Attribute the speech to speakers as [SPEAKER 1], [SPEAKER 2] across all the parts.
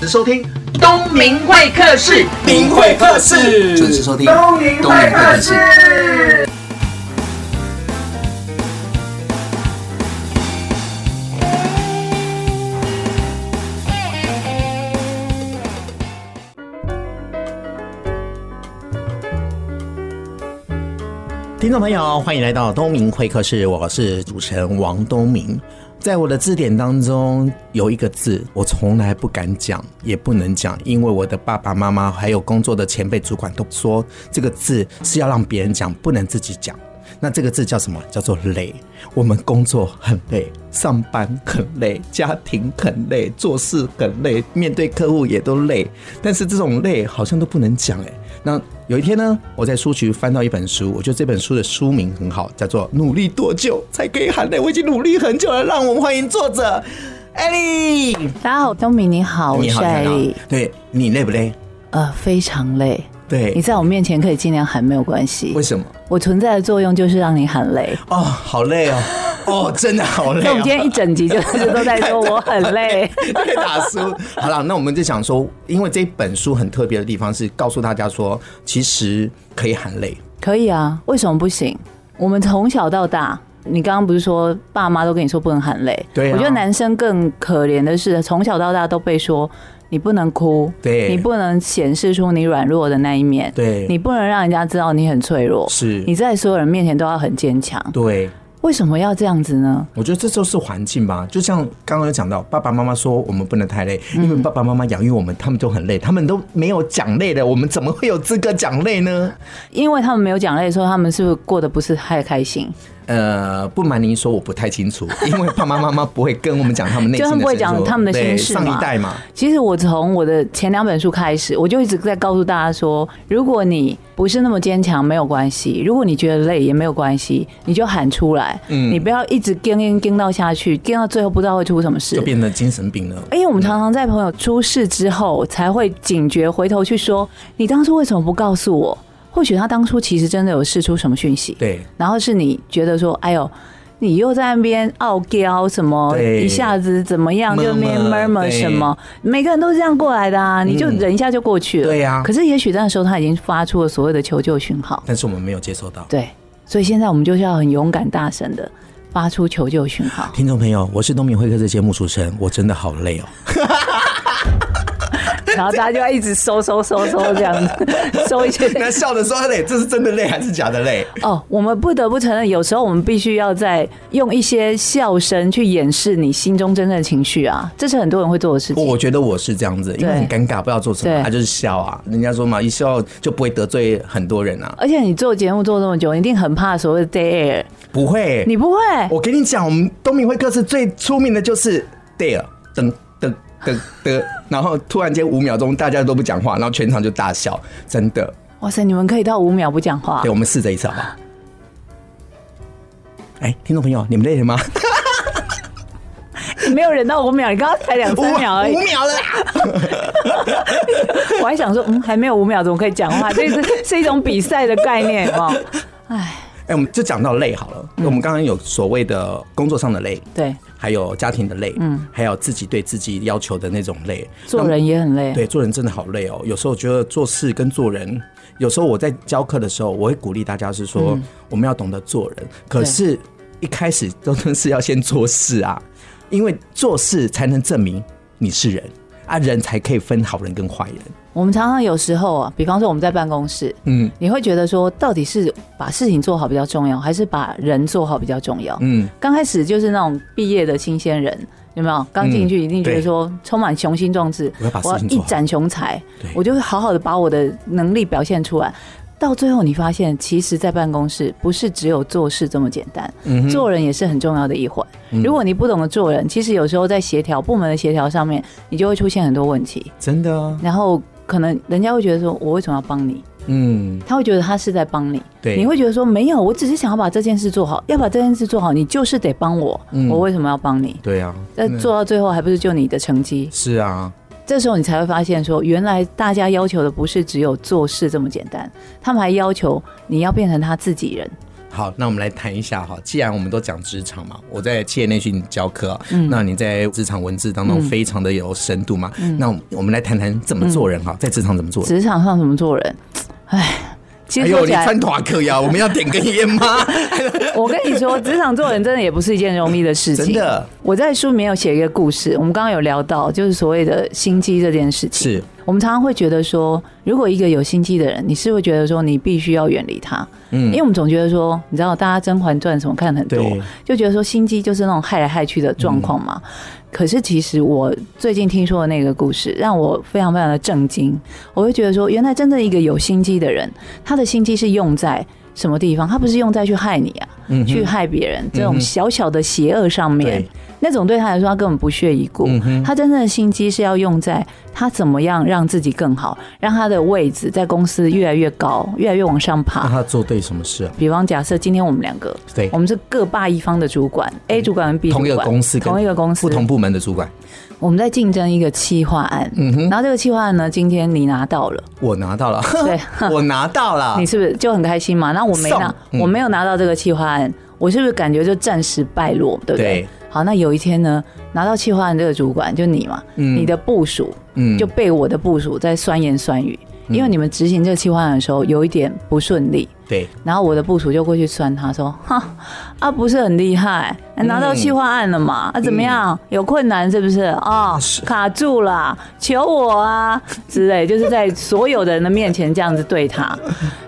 [SPEAKER 1] 时收听东明会客室，
[SPEAKER 2] 明会客室
[SPEAKER 3] 准时收听
[SPEAKER 1] 东明会客室。
[SPEAKER 2] 听众朋友，欢迎来到东明会客室，我是主持人王东明。在我的字典当中有一个字，我从来不敢讲，也不能讲，因为我的爸爸妈妈还有工作的前辈主管都说，这个字是要让别人讲，不能自己讲。那这个字叫什么？叫做累。我们工作很累，上班很累，家庭很累，做事很累，面对客户也都累。但是这种累好像都不能讲哎。那有一天呢，我在书局翻到一本书，我觉得这本书的书名很好，叫做《努力多久才可以喊累》。我已经努力很久了，让我们欢迎作者艾莉。
[SPEAKER 4] 大家好，东明你好，我
[SPEAKER 2] 你
[SPEAKER 4] 是
[SPEAKER 2] 好，
[SPEAKER 4] 艾
[SPEAKER 2] 你好
[SPEAKER 4] 丽。。
[SPEAKER 2] 对你累不累？
[SPEAKER 4] 呃，非常累。你
[SPEAKER 2] 对，
[SPEAKER 4] 在我面前可以尽量喊，没有关系
[SPEAKER 2] 为。什么？
[SPEAKER 4] 我存在的作用就是让你喊累。
[SPEAKER 2] 哦，好累哦，哦，真的好累、哦。
[SPEAKER 4] 那我们今天一整集就是都在说我很 累。
[SPEAKER 2] 被打输。好了，那我们就想说，因为这本书很特别的地方是告诉大家说，其实可以喊累。
[SPEAKER 4] 可以啊，为什么不行？我们从小到大，你刚刚不是说爸妈都跟你说不能喊累？
[SPEAKER 2] 对啊
[SPEAKER 4] 我觉得男生更可怜的是，从小到大都被说你不能哭，
[SPEAKER 2] 对
[SPEAKER 4] 你不能显示出你软弱的那一面，
[SPEAKER 2] 对
[SPEAKER 4] 你不能让人家知道你很脆弱，
[SPEAKER 2] 是
[SPEAKER 4] 你在所有人面前都要很坚强。
[SPEAKER 2] 对，
[SPEAKER 4] 为什么要这样子呢？
[SPEAKER 2] 我觉得这就是环境吧。就像刚刚有讲到，爸爸妈妈说我们不能太累，
[SPEAKER 4] 嗯
[SPEAKER 2] 因为爸爸妈妈养育我们，他们都很累，他们都没有讲累的，我们怎么会有资格讲累 呢？
[SPEAKER 4] 因为他们没有奖励，说他们是不是过得不是太开心，
[SPEAKER 2] 呃，不瞒您说，我不太清楚，因为爸爸妈妈不会跟我们讲他们内
[SPEAKER 4] 就
[SPEAKER 2] 心的
[SPEAKER 4] 他们不会
[SPEAKER 2] 深处
[SPEAKER 4] 讲他们的
[SPEAKER 2] 对
[SPEAKER 4] 心事
[SPEAKER 2] 上一代嘛，
[SPEAKER 4] 其实我从我的前两本书开始，我就一直在告诉大家说，如果你不是那么坚强，没有关系；如果你觉得累，也没有关系，你就喊出来，
[SPEAKER 2] 嗯
[SPEAKER 4] 你不要一直跟跟跟到下去，跟到最后不知道会出什么事
[SPEAKER 2] 就。变成精神病了。
[SPEAKER 4] 因为我们常常在朋友出事之后才会警觉，回头去说，你当初为什么不告诉我？或许他当初其实真的有试出什么讯息，
[SPEAKER 2] 对，
[SPEAKER 4] 然后是你觉得说，哎呦，你又在那边傲娇什么，
[SPEAKER 2] 对
[SPEAKER 4] 一下子怎么样，
[SPEAKER 2] murmur，
[SPEAKER 4] 就那边 murmur
[SPEAKER 2] 对嗯
[SPEAKER 4] 什么，每个人都是这样过来的啊，你就忍一下就过去了。
[SPEAKER 2] 对啊
[SPEAKER 4] 可是也许那时候他已经发出了所谓的求救讯号，
[SPEAKER 2] 但是我们没有接收到。。
[SPEAKER 4] 对，所以现在我们就是要很勇敢、大声的发出求救讯号
[SPEAKER 2] 听众朋友，我是东明会客这节目主持人，我真的好累哦。
[SPEAKER 4] 然后大家就要一直收收收收这样 子，收一些。
[SPEAKER 2] 那笑的时候累，这是真的累还是假的累？
[SPEAKER 4] 哦，我们不得不承认，有时候我们必须要在用一些笑声去掩饰你心中真正的情绪啊，这是很多人会做的事情。
[SPEAKER 2] 我觉得我是这样子，因为
[SPEAKER 4] 对
[SPEAKER 2] 很尴尬，不知道做什么，
[SPEAKER 4] 对
[SPEAKER 2] 他就是笑啊。人家说嘛，一笑就不会得罪很多人啊，
[SPEAKER 4] 而且你做节目做这么久，你一定很怕所谓的 day air，
[SPEAKER 2] 不会。
[SPEAKER 4] 你不会？
[SPEAKER 2] 我跟你讲，我们东明会客室最出名的就是 dare 噔噔噔噔，然后突然间五秒钟大家都不讲话，然后全场就大笑，真的。
[SPEAKER 4] 哇塞，你们可以到五秒不讲话
[SPEAKER 2] 对，，我们试着一次好不好？哎、听众朋友，你们累了吗？
[SPEAKER 4] 你没有忍到五秒，你刚刚才两三秒而已
[SPEAKER 2] 五，秒了啦。
[SPEAKER 4] 我还想说，嗯，还没有五秒，怎么可以讲话？这是 是一种比赛的概念哦。
[SPEAKER 2] 哎、我们就讲到累好了。我们刚刚有所谓的工作上的累，
[SPEAKER 4] 嗯对，
[SPEAKER 2] 还有家庭的累，嗯，还有自己对自己要求的那种累。
[SPEAKER 4] 做人也很累，啊
[SPEAKER 2] 对，做人真的好累哦。有时候我觉得做事跟做人，有时候我在教课的时候，我会鼓励大家是说，
[SPEAKER 4] 嗯
[SPEAKER 2] 我们要懂得做人。可是，一开始都是 要先做事啊，因为做事才能证明你是人啊，人才可以分好人跟坏人。
[SPEAKER 4] 我们常常有时候啊，比方说我们在办公室，
[SPEAKER 2] 嗯
[SPEAKER 4] 你会觉得说，到底是把事情做好比较重要，还是把人做好比较重要？
[SPEAKER 2] 嗯，
[SPEAKER 4] 刚开始就是那种毕业的新鲜人，有没有？刚进去一定觉得说充满雄心壮志，
[SPEAKER 2] 我要把事情做
[SPEAKER 4] 一
[SPEAKER 2] 好
[SPEAKER 4] 展雄才
[SPEAKER 2] 对，
[SPEAKER 4] 我就会好好的把我的能力表现出来。到最后，你发现其实，在办公室不是只有做事这么简单，
[SPEAKER 2] 嗯
[SPEAKER 4] 做人也是很重要的一环。如果你不懂得做人，其实有时候在协调部门的协调上面，你就会出现很多问题。
[SPEAKER 2] 真的啊，
[SPEAKER 4] 然后可能人家会觉得说，我为什么要帮你？
[SPEAKER 2] 嗯，
[SPEAKER 4] 他会觉得他是在帮你，
[SPEAKER 2] 对
[SPEAKER 4] 你会觉得说没有，我只是想要把这件事做好，要把这件事做好，你就是得帮我，我为什么要帮你？
[SPEAKER 2] 嗯对啊，
[SPEAKER 4] 那做到最后还不是就你的成绩？
[SPEAKER 2] 是啊，
[SPEAKER 4] 这时候你才会发现说，原来大家要求的不是只有做事这么简单，他们还要求你要变成他自己人。
[SPEAKER 2] 好，那我们来谈一下哈。既然我们都讲职场嘛，我在企业内训教课啊，
[SPEAKER 4] 嗯
[SPEAKER 2] 那你在职场文字当中非常的有深度嘛。
[SPEAKER 4] 嗯
[SPEAKER 2] 那我们来谈谈怎么做人哈，在职场怎么做人。
[SPEAKER 4] 职场上怎么做人？唉，其
[SPEAKER 2] 哎
[SPEAKER 4] 实
[SPEAKER 2] 呦，
[SPEAKER 4] 说
[SPEAKER 2] 你
[SPEAKER 4] 起来，
[SPEAKER 2] 穿塔克 呀？我们要点根烟吗？
[SPEAKER 4] 我跟你 说，职场做人真的也不是一件容易的事情。
[SPEAKER 2] 真的，
[SPEAKER 4] 我在书里面有写一个故事，我们刚刚有聊到，就是所谓的心机这件事情。
[SPEAKER 2] 是
[SPEAKER 4] 我们常常会觉得说，如果一个有心机的人，你是会觉得说你必须要远离他，嗯，因为我们总觉得说，你知道大家《甄嬛传》什么看很多
[SPEAKER 2] 对，嗯
[SPEAKER 4] 就觉得说心机就是那种害来害去的状况嘛。可是其实我最近听说的那个故事，让我非常非常的震惊。我会觉得说，原来真正一个有心机的人，他的心机是用在什么地方？他不是用在去害你啊，
[SPEAKER 2] 嗯
[SPEAKER 4] 去害别人这种小小的邪恶上面。
[SPEAKER 2] 对
[SPEAKER 4] 那种对他来说，他根本不屑一顾。
[SPEAKER 2] 嗯
[SPEAKER 4] 他真正的心机是要用在他怎么样让自己更好，让他的位置在公司越来越高，越来越往上爬。
[SPEAKER 2] 那他做对什么事啊？
[SPEAKER 4] 比方假设今天我们两个，
[SPEAKER 2] 对
[SPEAKER 4] 我，们是各霸一方的主管，A 主管跟 B
[SPEAKER 2] 哎嗯
[SPEAKER 4] 主
[SPEAKER 2] 同
[SPEAKER 4] 管，
[SPEAKER 2] 一个公司跟
[SPEAKER 4] 同一个公司，
[SPEAKER 2] 不同部门的主管，
[SPEAKER 4] 我们在竞争一个企划案，
[SPEAKER 2] 嗯
[SPEAKER 4] 然后这个企划案呢，今天你拿到了，
[SPEAKER 2] 我拿 到了，
[SPEAKER 4] 对，
[SPEAKER 2] 我拿到了
[SPEAKER 4] 你，是不是就很开心嘛？那我没拿
[SPEAKER 2] 啊送，嗯
[SPEAKER 4] 我没有拿到这个企划案，我是不是感觉就暂时败落，对不对？
[SPEAKER 2] 对
[SPEAKER 4] 好，那有一天呢，拿到企划案这个主管就你嘛，你的部署
[SPEAKER 2] 嗯
[SPEAKER 4] 就被我的部署在酸言酸语，因为你们执行这个企划案的时候有一点不顺利，
[SPEAKER 2] 对，
[SPEAKER 4] 然后我的部署就过去酸他说：“ 哈啊，不是很厉害，拿到企划案了嘛？啊，怎么样？有困难是不是？哦，
[SPEAKER 2] 嗯是
[SPEAKER 4] 卡住了，求我啊之类，就是在所有的人的面前这样子对 他。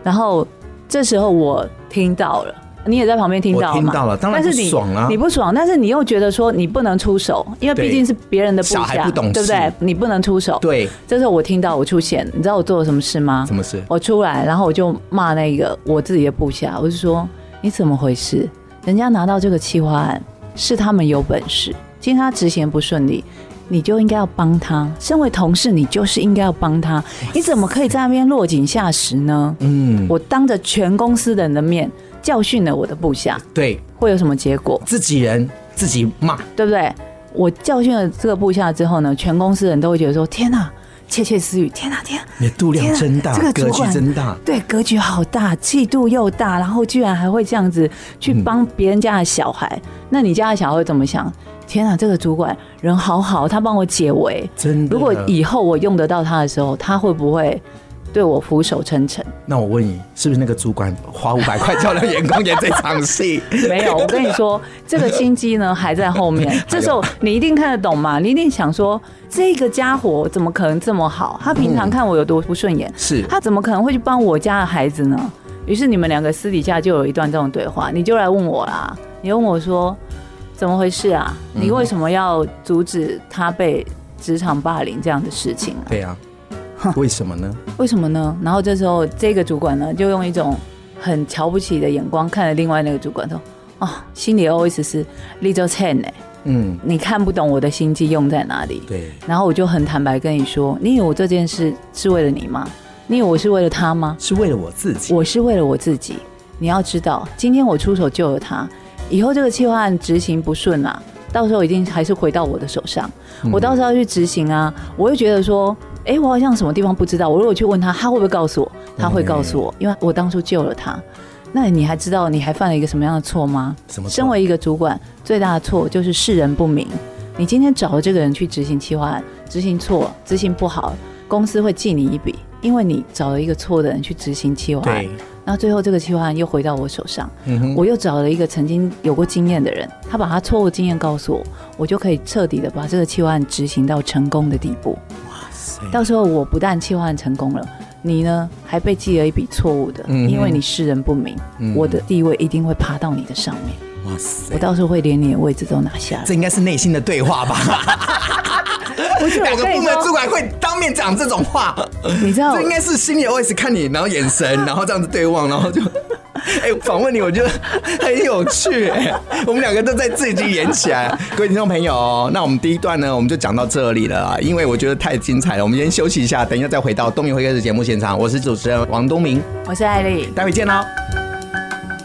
[SPEAKER 4] 然后这时候我听到了。”你也在旁边听到
[SPEAKER 2] 我
[SPEAKER 4] 嘛
[SPEAKER 2] 听到了当然
[SPEAKER 4] 但是你
[SPEAKER 2] 不爽啦
[SPEAKER 4] 你不爽，但是你又觉得说你不能出手，因为
[SPEAKER 2] 对
[SPEAKER 4] 毕竟是别人的部
[SPEAKER 2] 小孩
[SPEAKER 4] 下，
[SPEAKER 2] 不懂事
[SPEAKER 4] 对不对？你不能出手。，
[SPEAKER 2] 对，
[SPEAKER 4] 这时候我听到我出现，你知道我做了什么事吗？
[SPEAKER 2] 什么事？
[SPEAKER 4] 我出来，然后我就骂那个我自己的部下，我就说你怎么回事？人家拿到这个企划案是他们有本事，今天他执行不顺利，你就应该要帮他。身为同事，你就是应该要帮他，你怎么可以在那边落井下石呢？
[SPEAKER 2] 嗯，
[SPEAKER 4] 我当着全公司的人的面教训了我的部下，
[SPEAKER 2] 对
[SPEAKER 4] 会有什么结果？
[SPEAKER 2] 自己人自己骂，
[SPEAKER 4] 对不对？我教训了这个部下之后呢，全公司人都会觉得说：天哪，窃窃私语，天哪，天哪。
[SPEAKER 2] 你的度量真大
[SPEAKER 4] 天啊，这
[SPEAKER 2] 格
[SPEAKER 4] 个主
[SPEAKER 2] 局
[SPEAKER 4] 管
[SPEAKER 2] 真大，
[SPEAKER 4] 对，格局好大，气度又大，然后居然还会这样子去帮别人家的小孩，那你家的小孩会怎么想？天啊，这个主管人好好，他帮我解围。
[SPEAKER 2] 真的。
[SPEAKER 4] 如果以后我用得到他的时候，他会不会对我俯首称臣？
[SPEAKER 2] 那我问你，是不是那个主管 花五百块叫了员工演这场戏？
[SPEAKER 4] 没有，我跟你说，这个心机呢还在后
[SPEAKER 2] 哎
[SPEAKER 4] 面。这时候你一定看得懂嘛？你一定想说，这个家伙怎么可能这么好？他平
[SPEAKER 2] 嗯
[SPEAKER 4] 常看我有多不顺眼，
[SPEAKER 2] 是
[SPEAKER 4] 他怎么可能会去帮我家的孩子呢？于是你们两个私底下就有一段这种对话，你就来问我啦，你问我说怎么回事啊？你为什么要阻止他被职场霸凌这样的事情啊？
[SPEAKER 2] 对啊，为什么呢？
[SPEAKER 4] 为什么呢？然后这时候这个主管呢，就用一种很瞧不起的眼光看着另外那个主管说：“哦，心里 always 是立周欠呢，
[SPEAKER 2] 嗯，
[SPEAKER 4] 你看不懂我的心机用在哪里。”
[SPEAKER 2] 对，
[SPEAKER 4] 然后我就很坦白跟你说，你以为我这件事是为了你吗？你以为我是为了他吗？
[SPEAKER 2] 是为了我自己。
[SPEAKER 4] 我是为了我自己。你要知道，今天我出手救了他，以后这个计划案执行不顺啊，到时候一定还是回到我的手上。
[SPEAKER 2] 嗯
[SPEAKER 4] 我到时候要去执行啊，我会觉得说，诶，我好像什么地方不知道。我如果去问他，他会不会告诉我？他会告诉
[SPEAKER 2] 嗯
[SPEAKER 4] 我，因为我当初救了他。那你还知道你还犯了一个什么样的错吗？
[SPEAKER 2] 什么错
[SPEAKER 4] 身为一个主管，最大的错就是世人不明。你今天找了这个人去执行企划案，执行错，执行不好，公司会记你一笔，因为你找了一个错的人去执行企划案
[SPEAKER 2] 对。
[SPEAKER 4] 那最后这个企划案又回到我手上，
[SPEAKER 2] 嗯
[SPEAKER 4] 我又找了一个曾经有过经验的人，他把他错误经验告诉我，我就可以彻底的把这个企划案执行到成功的地步。
[SPEAKER 2] 嗯
[SPEAKER 4] 到时候我不但企划案成功了，你呢还被记了一笔错误的，
[SPEAKER 2] 嗯哼嗯
[SPEAKER 4] 因为你世人不明，我的地位一定会爬到你的上面，
[SPEAKER 2] 哇塞
[SPEAKER 4] 我，到时候会连你的位置都拿下来
[SPEAKER 2] 这。应该是内心的对话吧？
[SPEAKER 4] 不是，
[SPEAKER 2] 两
[SPEAKER 4] 我
[SPEAKER 2] 个
[SPEAKER 4] 跟
[SPEAKER 2] 部
[SPEAKER 4] 你
[SPEAKER 2] 门主
[SPEAKER 4] 说，
[SPEAKER 2] 管会当面讲这种话，
[SPEAKER 4] 你知道
[SPEAKER 2] 这应该是心里 always 看你，然后眼神，然后这样子对望，然后就。哎、访问你，我觉得很有趣、哎我们两个都在自己演起来。各位听众朋友，那我们第一段呢，我们就讲到这里了啊，因为我觉得太精彩了。我们先休息一下，等一下再回到东明会客室节目现场。我是主持人王东明，
[SPEAKER 4] 我是艾丽。
[SPEAKER 2] 待会见哦喽。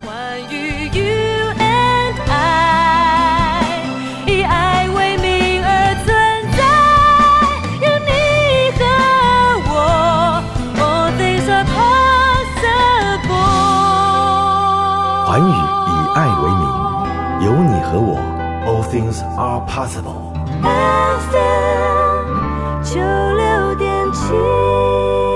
[SPEAKER 3] 关于 You and I，以爱为名而存在，有你和我
[SPEAKER 5] 和我，All things are possible。
[SPEAKER 3] FM 九六点七。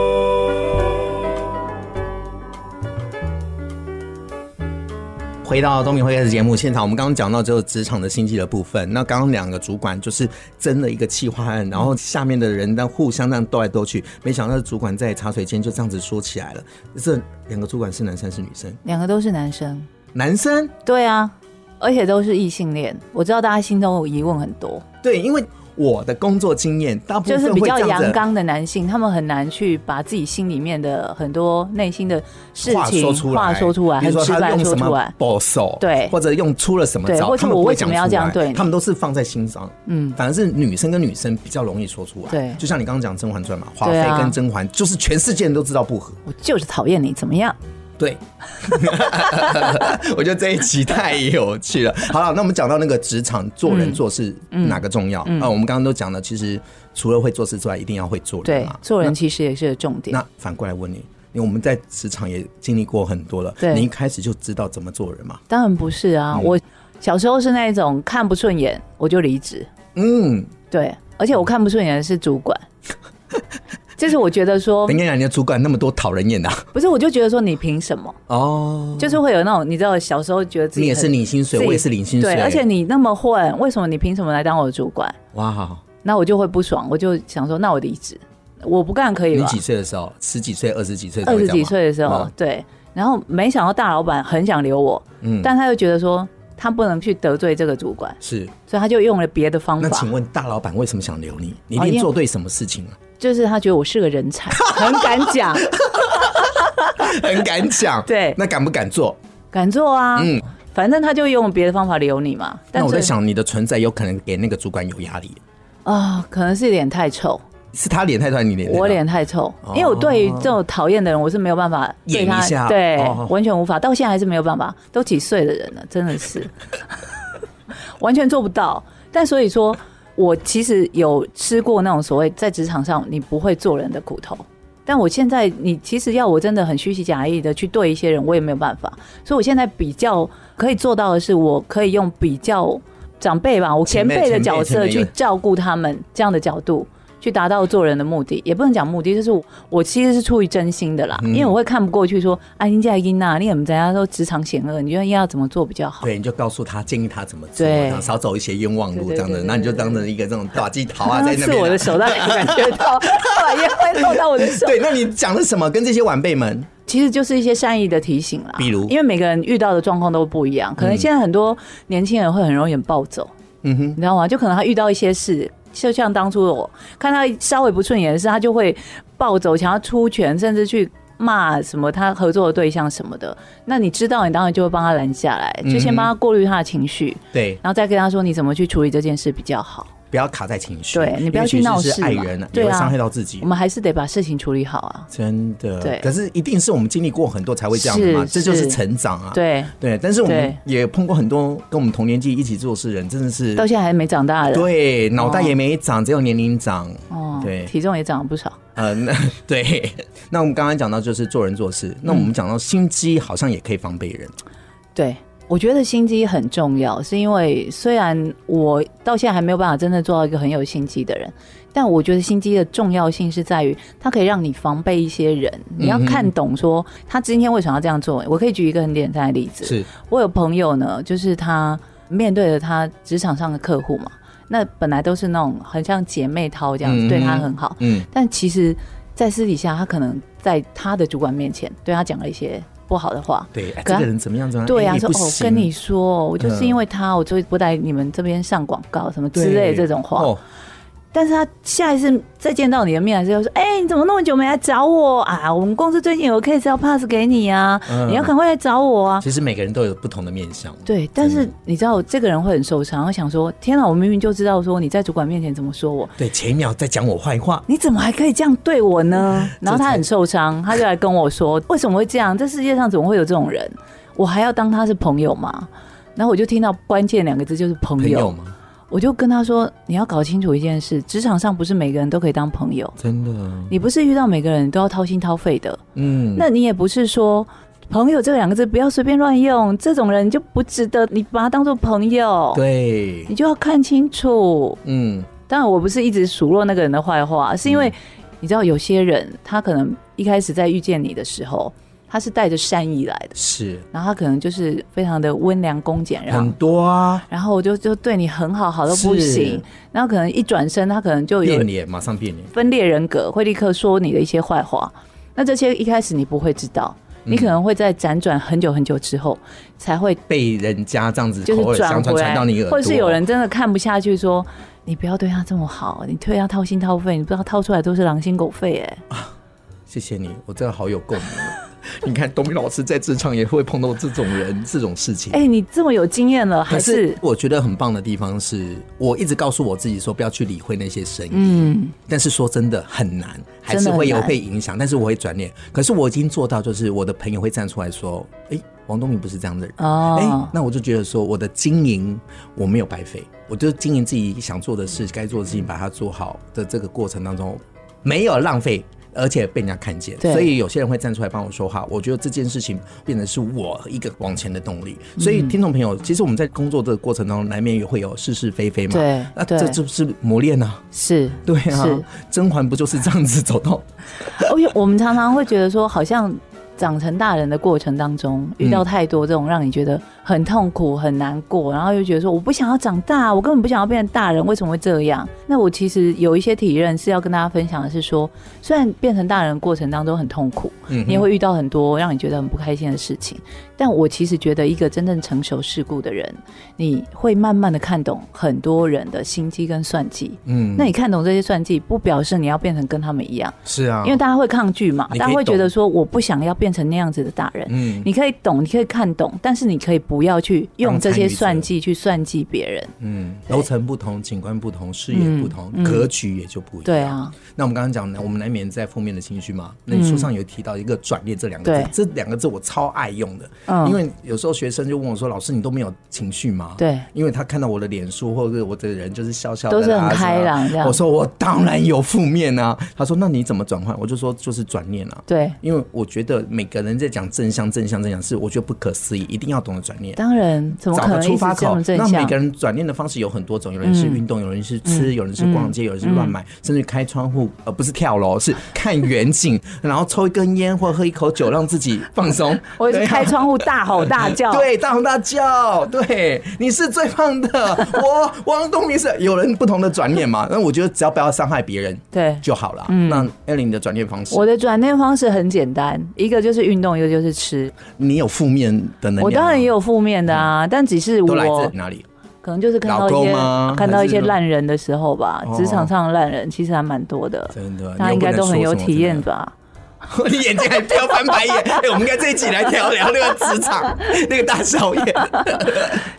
[SPEAKER 2] 回到东明会开始节目现场，我们刚刚讲到就是职场的心机的部分。那刚刚两个主管就是争了一个企划案，然后下面的人在互相这样斗来斗去，没想到主管在茶水间就这样子说起来了。这两个主管是男生是女生？
[SPEAKER 4] 两个都是男生，
[SPEAKER 2] 男生
[SPEAKER 4] 对啊，而且都是异性恋。我知道大家心中有疑问很多，
[SPEAKER 2] 对，因为我的工作经验大部
[SPEAKER 4] 就
[SPEAKER 2] 分
[SPEAKER 4] 是比
[SPEAKER 2] 会
[SPEAKER 4] 较
[SPEAKER 2] 这样
[SPEAKER 4] 阳
[SPEAKER 2] 子
[SPEAKER 4] 刚的男性，他们很难去把自己心里面的很多内心的事
[SPEAKER 2] 话
[SPEAKER 4] 情
[SPEAKER 2] 说出来，
[SPEAKER 4] 话说出来，
[SPEAKER 2] 比
[SPEAKER 4] 很
[SPEAKER 2] 如说
[SPEAKER 4] 直
[SPEAKER 2] 他
[SPEAKER 4] 白
[SPEAKER 2] 用
[SPEAKER 4] 地说
[SPEAKER 2] 什
[SPEAKER 4] 出
[SPEAKER 2] 么
[SPEAKER 4] 来。
[SPEAKER 2] 保守，
[SPEAKER 4] 对
[SPEAKER 2] 或者用出了什么
[SPEAKER 4] 对
[SPEAKER 2] 招，
[SPEAKER 4] 或者
[SPEAKER 2] 他们
[SPEAKER 4] 我
[SPEAKER 2] 不会
[SPEAKER 4] 为什么
[SPEAKER 2] 讲
[SPEAKER 4] 要
[SPEAKER 2] 出
[SPEAKER 4] 这样
[SPEAKER 2] 来
[SPEAKER 4] 对你
[SPEAKER 2] 他们都是放在心上，
[SPEAKER 4] 嗯
[SPEAKER 2] 反而是女生跟女生比较容易说出来，
[SPEAKER 4] 对
[SPEAKER 2] 就像你刚刚讲《甄嬛传》嘛，华
[SPEAKER 4] 对
[SPEAKER 2] 妃
[SPEAKER 4] 啊
[SPEAKER 2] 跟甄嬛就是全世界人都知道不合，
[SPEAKER 4] 我就是讨厌你，怎么样？
[SPEAKER 2] 对， 我觉得这一集太有趣了。好了，那我们讲到那个职场做
[SPEAKER 4] 嗯
[SPEAKER 2] 人做事哪个重要？啊、我们刚刚都讲了，其实除了会做事之外，一定要会做人
[SPEAKER 4] 对
[SPEAKER 2] 嘛，。
[SPEAKER 4] 做人其实也是个重点
[SPEAKER 2] 那。反过来问你，因为我们在职场也经历过很多了，
[SPEAKER 4] 对
[SPEAKER 2] 你一开始就知道怎么做人嘛？
[SPEAKER 4] 当然不是啊，
[SPEAKER 2] 嗯
[SPEAKER 4] 我小时候是那一种看不顺眼我就离职，
[SPEAKER 2] 嗯，
[SPEAKER 4] 对，而且我看不顺眼的是 主管，就是我觉得说
[SPEAKER 2] 等一下，你的主管那么多讨人厌的啊、
[SPEAKER 4] 不是，我就觉得说你凭什么？
[SPEAKER 2] 哦，
[SPEAKER 4] 就是会有那种你知道小时候觉得自己
[SPEAKER 2] 你也
[SPEAKER 4] 很
[SPEAKER 2] 是领薪水，
[SPEAKER 4] 自己
[SPEAKER 2] 我也是领薪水，
[SPEAKER 4] 对，而且你那么混，为什么你凭什么来当我的主管？
[SPEAKER 2] 哇，
[SPEAKER 4] 那我就会不爽，我就想说，那我离职，我不干可以
[SPEAKER 2] 你
[SPEAKER 4] 吧？
[SPEAKER 2] 几岁的时候？十几岁、二十几岁？
[SPEAKER 4] 二十几岁的时候，
[SPEAKER 2] 嗯
[SPEAKER 4] 对，然后没想到大老板很想留我，
[SPEAKER 2] 嗯
[SPEAKER 4] 但他又觉得说他不能去得罪这个主管，
[SPEAKER 2] 是。
[SPEAKER 4] 所以他就用了别的方
[SPEAKER 2] 那
[SPEAKER 4] 法
[SPEAKER 2] 请，问大老板为什么想留你？你一
[SPEAKER 4] 哦因
[SPEAKER 2] 定
[SPEAKER 4] 为
[SPEAKER 2] 做对什么事情啊？
[SPEAKER 4] 就是他觉得我是个 人才，很敢讲，
[SPEAKER 2] 很敢讲，
[SPEAKER 4] 对
[SPEAKER 2] 那敢不敢做？
[SPEAKER 4] 敢做啊，
[SPEAKER 2] 嗯
[SPEAKER 4] 反正他就用别的方法留你嘛。但
[SPEAKER 2] 那我在
[SPEAKER 4] 是
[SPEAKER 2] 想，你的存在有可能给那个主管有压力，
[SPEAKER 4] 啊、可能是脸太臭，
[SPEAKER 2] 是他脸太短，你脸太大
[SPEAKER 4] 我脸太臭
[SPEAKER 2] 哦，
[SPEAKER 4] 因为我对于这种讨厌的人，我是没有办法对
[SPEAKER 2] 演
[SPEAKER 4] 他
[SPEAKER 2] 一下
[SPEAKER 4] 对
[SPEAKER 2] 哦
[SPEAKER 4] 完全无法，到现在还是没有办法，都几岁的人了，真的是 完全做不到。但所以说，我其实有吃过那种所谓在职场上你不会做人的苦头。但我现在，你其实要我真的很虚情假意的去对一些人，我也没有办法。所以我现在比较可以做到的是，我可以用比较长辈吧，我
[SPEAKER 2] 前
[SPEAKER 4] 前
[SPEAKER 2] 辈
[SPEAKER 4] 辈的
[SPEAKER 2] 前辈前
[SPEAKER 4] 角色
[SPEAKER 2] 辈
[SPEAKER 4] 去照顾他们这样的角度，去达到做人的目的，也不能讲目的，就是我我其实是出于真心的
[SPEAKER 2] 嗯
[SPEAKER 4] 啦，因为我会看不过去说，啊，你这英娜，你怎么怎样说职场险恶，你觉得要怎么做比较好？
[SPEAKER 2] 对，你就告诉他，建议他怎么做，
[SPEAKER 4] 对
[SPEAKER 2] 然后少走一些冤枉路
[SPEAKER 4] 对对
[SPEAKER 2] 这样的，
[SPEAKER 4] 对对
[SPEAKER 2] 那你就当成一个这种打鸡桃 啊，
[SPEAKER 4] 刚
[SPEAKER 2] 在
[SPEAKER 4] 刚
[SPEAKER 2] 那
[SPEAKER 4] 刺
[SPEAKER 2] 边啊。
[SPEAKER 4] 我的手，让你感觉到， 把烟灰弄到我的手。
[SPEAKER 2] 对，那你讲了什么？跟这些晚辈们，
[SPEAKER 4] 其实就是一些善意的提醒啦。
[SPEAKER 2] 比如
[SPEAKER 4] 因为每个人遇到的状况都不一样，可能现在很多年轻人会很容易很暴走，
[SPEAKER 2] 嗯哼
[SPEAKER 4] 你，知道吗？就可能他遇到一些事，就像当初我看他稍微不顺眼的事，他就会暴走，想要出拳，甚至去。骂什么？他合作的对象什么的，那你知道，你当然就会帮他拦下来，就先帮他过滤他的情绪，
[SPEAKER 2] 对，
[SPEAKER 4] 然后再跟他说你怎么去处理这件事比较好。
[SPEAKER 2] 不要卡在情绪，
[SPEAKER 4] 对你不要
[SPEAKER 2] 因为
[SPEAKER 4] 去
[SPEAKER 2] 其实
[SPEAKER 4] 闹
[SPEAKER 2] 是
[SPEAKER 4] 事
[SPEAKER 2] 爱
[SPEAKER 4] 嘛
[SPEAKER 2] 人也
[SPEAKER 4] 对
[SPEAKER 2] 会
[SPEAKER 4] 啊
[SPEAKER 2] 伤害到自己
[SPEAKER 4] 我。们还是得把事情处理好啊。
[SPEAKER 2] 真的，
[SPEAKER 4] 对
[SPEAKER 2] 可是一定是我们经历过很多才会这样的嘛，这
[SPEAKER 4] 是
[SPEAKER 2] 就是
[SPEAKER 4] 是
[SPEAKER 2] 成长啊。
[SPEAKER 4] 对，
[SPEAKER 2] 对，但是我们
[SPEAKER 4] 对
[SPEAKER 2] 也碰过很多跟我们同年纪一起做事的人，真的是
[SPEAKER 4] 到现在还没长大的，
[SPEAKER 2] 对，脑袋也没长，只有年龄长。
[SPEAKER 4] 哦，
[SPEAKER 2] 对
[SPEAKER 4] 体重也长了不少。
[SPEAKER 2] 呃，那对， 那我们刚刚讲到就是做人做事，那我
[SPEAKER 4] 嗯
[SPEAKER 2] 们讲到心机好像也可以防备人。
[SPEAKER 4] 对，我觉得心机很重要，是因为虽然我到现在还没有办法真的做到一个很有心机的人，但我觉得心机的重要性是在于它可以让你防备一些人，你
[SPEAKER 2] 嗯
[SPEAKER 4] 要看懂说他今天为什么要这样做。我可以举一个很简单的例子，
[SPEAKER 2] 是，
[SPEAKER 4] 我有朋友呢，就是他面对着他职场上的客户嘛，那本来都是那种很像姐妹淘这样子，
[SPEAKER 2] 嗯
[SPEAKER 4] 对他很好，
[SPEAKER 2] 嗯，
[SPEAKER 4] 但其实，在私底下他可能在他的主管面前对他讲了一些不好的话，
[SPEAKER 2] 对，哎
[SPEAKER 4] 可
[SPEAKER 2] 这
[SPEAKER 4] 他
[SPEAKER 2] 个人怎么样怎么样？
[SPEAKER 4] 对
[SPEAKER 2] 呀、
[SPEAKER 4] 啊，
[SPEAKER 2] 你
[SPEAKER 4] 说
[SPEAKER 2] 哎不
[SPEAKER 4] 哦，
[SPEAKER 2] 行嗯
[SPEAKER 4] 跟你说，我就是因为他，我就不来你们这边上广告什么之类的这种话。
[SPEAKER 2] 哦，
[SPEAKER 4] 但是他下一次再见到你的面的时候说，哎、你怎么那么久没来找我啊？我们公司最近有个 case 要 pass 给你啊，
[SPEAKER 2] 嗯
[SPEAKER 4] 你要赶快来找我啊。
[SPEAKER 2] 其实每个人都有不同的面相。
[SPEAKER 4] 对，但
[SPEAKER 2] 真
[SPEAKER 4] 是你知道这个人会很受伤，会想说：天啊哪，我明明就知道说你在主管面前怎么说我，
[SPEAKER 2] 对，前一秒在讲我坏话，
[SPEAKER 4] 你怎么还可以这样对我呢？然后
[SPEAKER 2] 这才
[SPEAKER 4] 他很受伤，他就来跟我说，为什么会这样？这世界上怎么会有这种人？我还要当他是朋友吗？然后我就听到关键两个字就是朋
[SPEAKER 2] 朋
[SPEAKER 4] 友，
[SPEAKER 2] 友吗？
[SPEAKER 4] 我就跟他说，你要搞清楚一件事，职场上不是每个人都可以当朋友，
[SPEAKER 2] 真的，
[SPEAKER 4] 你不是遇到每个人都要掏心掏肺的，
[SPEAKER 2] 嗯，
[SPEAKER 4] 那你也不是说朋友这两个字不要随便乱用，这种人就不值得你把他当做朋友。
[SPEAKER 2] 对
[SPEAKER 4] 你，就要看清楚。
[SPEAKER 2] 嗯，
[SPEAKER 4] 当然，我不是一直数落那个人的坏话，是因为你知道有些人他可能一开始在遇见你的时候，他是带着善意来的，
[SPEAKER 2] 是
[SPEAKER 4] 然后他可能就是非常的温良恭俭
[SPEAKER 2] 很
[SPEAKER 4] 让。
[SPEAKER 2] 多啊，
[SPEAKER 4] 然后我就就对你很好，好到不行
[SPEAKER 2] 是。
[SPEAKER 4] 然后可能一转身，他可能就有
[SPEAKER 2] 变脸马上变脸，
[SPEAKER 4] 分裂人格，会立刻说你的一些坏话。那这些一开始你不会知道，
[SPEAKER 2] 嗯
[SPEAKER 4] 你可能会在辗转很久很久之后才会
[SPEAKER 2] 被人家这样子
[SPEAKER 4] 就是
[SPEAKER 2] 口耳
[SPEAKER 4] 转
[SPEAKER 2] 相传
[SPEAKER 4] 回来
[SPEAKER 2] 传到你耳朵，
[SPEAKER 4] 或者是有人真的看不下去说。你不要对他这么好，你对他掏心掏肺，你不知道掏出来都是狼心狗肺哎、
[SPEAKER 2] 谢谢你，我真的好有共鸣。 你看，董明老师在职场也会碰到这种人、这种事情。
[SPEAKER 4] 哎、你这么有经验了，还
[SPEAKER 2] 可
[SPEAKER 4] 是
[SPEAKER 2] 是我觉得很棒的地方是，我一直告诉我自己说不要去理会那些声音，
[SPEAKER 4] 嗯，
[SPEAKER 2] 但是说真的很难，还
[SPEAKER 4] 真
[SPEAKER 2] 是
[SPEAKER 4] 的很
[SPEAKER 2] 会有
[SPEAKER 4] 难
[SPEAKER 2] 被影响，但是我会转念。可是我已经做到，就是我的朋友会站出来说：“哎、王东明不是这样的人。”
[SPEAKER 4] 哦
[SPEAKER 2] 哎、那我就觉得说，我的经营我没有白费，我就经营自己想做的事、该做的事情，把它做好的这个过程当中，没有浪费，而且被人家看见。
[SPEAKER 4] 对
[SPEAKER 2] 所以有些人会站出来帮我说话，我觉得这件事情变成是我一个往前的动力。所以听众朋友，其实我们在工作的过程当中，难免也会有是是非非嘛。
[SPEAKER 4] 对
[SPEAKER 2] 那
[SPEAKER 4] 对
[SPEAKER 2] 这就是磨练啊。
[SPEAKER 4] 是
[SPEAKER 2] 对啊
[SPEAKER 4] 是，
[SPEAKER 2] 甄嬛不就是这样子走到？
[SPEAKER 4] 而且我们常常会觉得说，好像长成大人的过程当中，遇
[SPEAKER 2] 嗯
[SPEAKER 4] 到太多这种让你觉得很痛苦、很难过，然后又觉得说我不想要长大，我根本不想要变成大人，为什么会这样？那我其实有一些体认是要跟大家分享的是说，虽然变成大人的过程当中很痛苦，
[SPEAKER 2] 嗯哼
[SPEAKER 4] 你也会遇到很多让你觉得很不开心的事情，但我其实觉得一个真正成熟世故的人，你会慢慢的看懂很多人的心机跟算计。
[SPEAKER 2] 嗯，
[SPEAKER 4] 那你看懂这些算计，不表示你要变成跟他们一样。
[SPEAKER 2] 是啊，
[SPEAKER 4] 因为大家会抗拒嘛，
[SPEAKER 2] 你可以
[SPEAKER 4] 大家会觉得说我不想要变成那样子的大人。
[SPEAKER 2] 嗯
[SPEAKER 4] 你可以懂，你可以看懂，但是你可以不要去用这些算计去算计别人。
[SPEAKER 2] 嗯，楼层不同，景观不同，视野不同，格局也就不一样。
[SPEAKER 4] 对。啊，
[SPEAKER 2] 那我们刚刚讲，我们难免在负面的情绪嘛。那你书上有提到一个“转念”这两个字
[SPEAKER 4] 对，
[SPEAKER 2] 这两个字我超爱用的，
[SPEAKER 4] 嗯
[SPEAKER 2] 因为有时候学生就问我说：“老师，你都没有情绪吗？”
[SPEAKER 4] 对
[SPEAKER 2] 因为他看到我的脸书或者我的人就是笑笑的
[SPEAKER 4] 都
[SPEAKER 2] 啦，
[SPEAKER 4] 是很开朗
[SPEAKER 2] 什
[SPEAKER 4] 这
[SPEAKER 2] 么啊
[SPEAKER 4] 样
[SPEAKER 2] 我说我当然有负面啊。他说：“那你怎么转换？”我就说：“就是转念啊。”
[SPEAKER 4] 对，
[SPEAKER 2] 因为我觉得每个人在讲正向、正向、正向是我觉得不可思议，一定要懂得转念。
[SPEAKER 4] 当然怎么
[SPEAKER 2] 找
[SPEAKER 4] 可
[SPEAKER 2] 个
[SPEAKER 4] 能
[SPEAKER 2] 出
[SPEAKER 4] 一直
[SPEAKER 2] 发
[SPEAKER 4] 这
[SPEAKER 2] 口
[SPEAKER 4] 么，正
[SPEAKER 2] 那每
[SPEAKER 4] 向嗯
[SPEAKER 2] 个？人转念的方式有很多种，有人是运动，有人是吃，有人是逛街，有人是乱买，甚至开窗户，呃，不是跳楼，是看远 景，然后抽一根烟或喝一口酒，让自己放松。
[SPEAKER 4] 我也
[SPEAKER 2] 对
[SPEAKER 4] 是
[SPEAKER 2] 啊
[SPEAKER 4] 开窗户大 吼大叫。
[SPEAKER 2] 对，大吼大叫，对，你是最棒的，我王东明是有人不同的转念嘛，那我觉得只要不要伤害别人
[SPEAKER 4] 对嗯
[SPEAKER 2] 就好了。那艾琳的转念方式，
[SPEAKER 4] 我的转念方式很简单，一个就是运动，一个就是吃。
[SPEAKER 2] 你有负面的能量吗，嗯
[SPEAKER 4] 我当然也有负面的啊，但只是
[SPEAKER 2] 都来自
[SPEAKER 4] 我
[SPEAKER 2] 哪里？
[SPEAKER 4] 可能就是看到
[SPEAKER 2] 老
[SPEAKER 4] 一
[SPEAKER 2] 公
[SPEAKER 4] 些
[SPEAKER 2] 吗
[SPEAKER 4] 看到一
[SPEAKER 2] 还
[SPEAKER 4] 些
[SPEAKER 2] 是说
[SPEAKER 4] 烂人的时候吧
[SPEAKER 2] 哦，
[SPEAKER 4] 职场上的烂人其实还蛮多的。
[SPEAKER 2] 真的，
[SPEAKER 4] 大家
[SPEAKER 2] 你又
[SPEAKER 4] 应
[SPEAKER 2] 不
[SPEAKER 4] 该
[SPEAKER 2] 能
[SPEAKER 4] 都很
[SPEAKER 2] 说
[SPEAKER 4] 有
[SPEAKER 2] 什么
[SPEAKER 4] 体
[SPEAKER 2] 真
[SPEAKER 4] 验
[SPEAKER 2] 的
[SPEAKER 4] 吧？
[SPEAKER 2] 你眼睛还飘翻 白眼。哎、我们应该这一集来聊聊那个职场那个大小眼。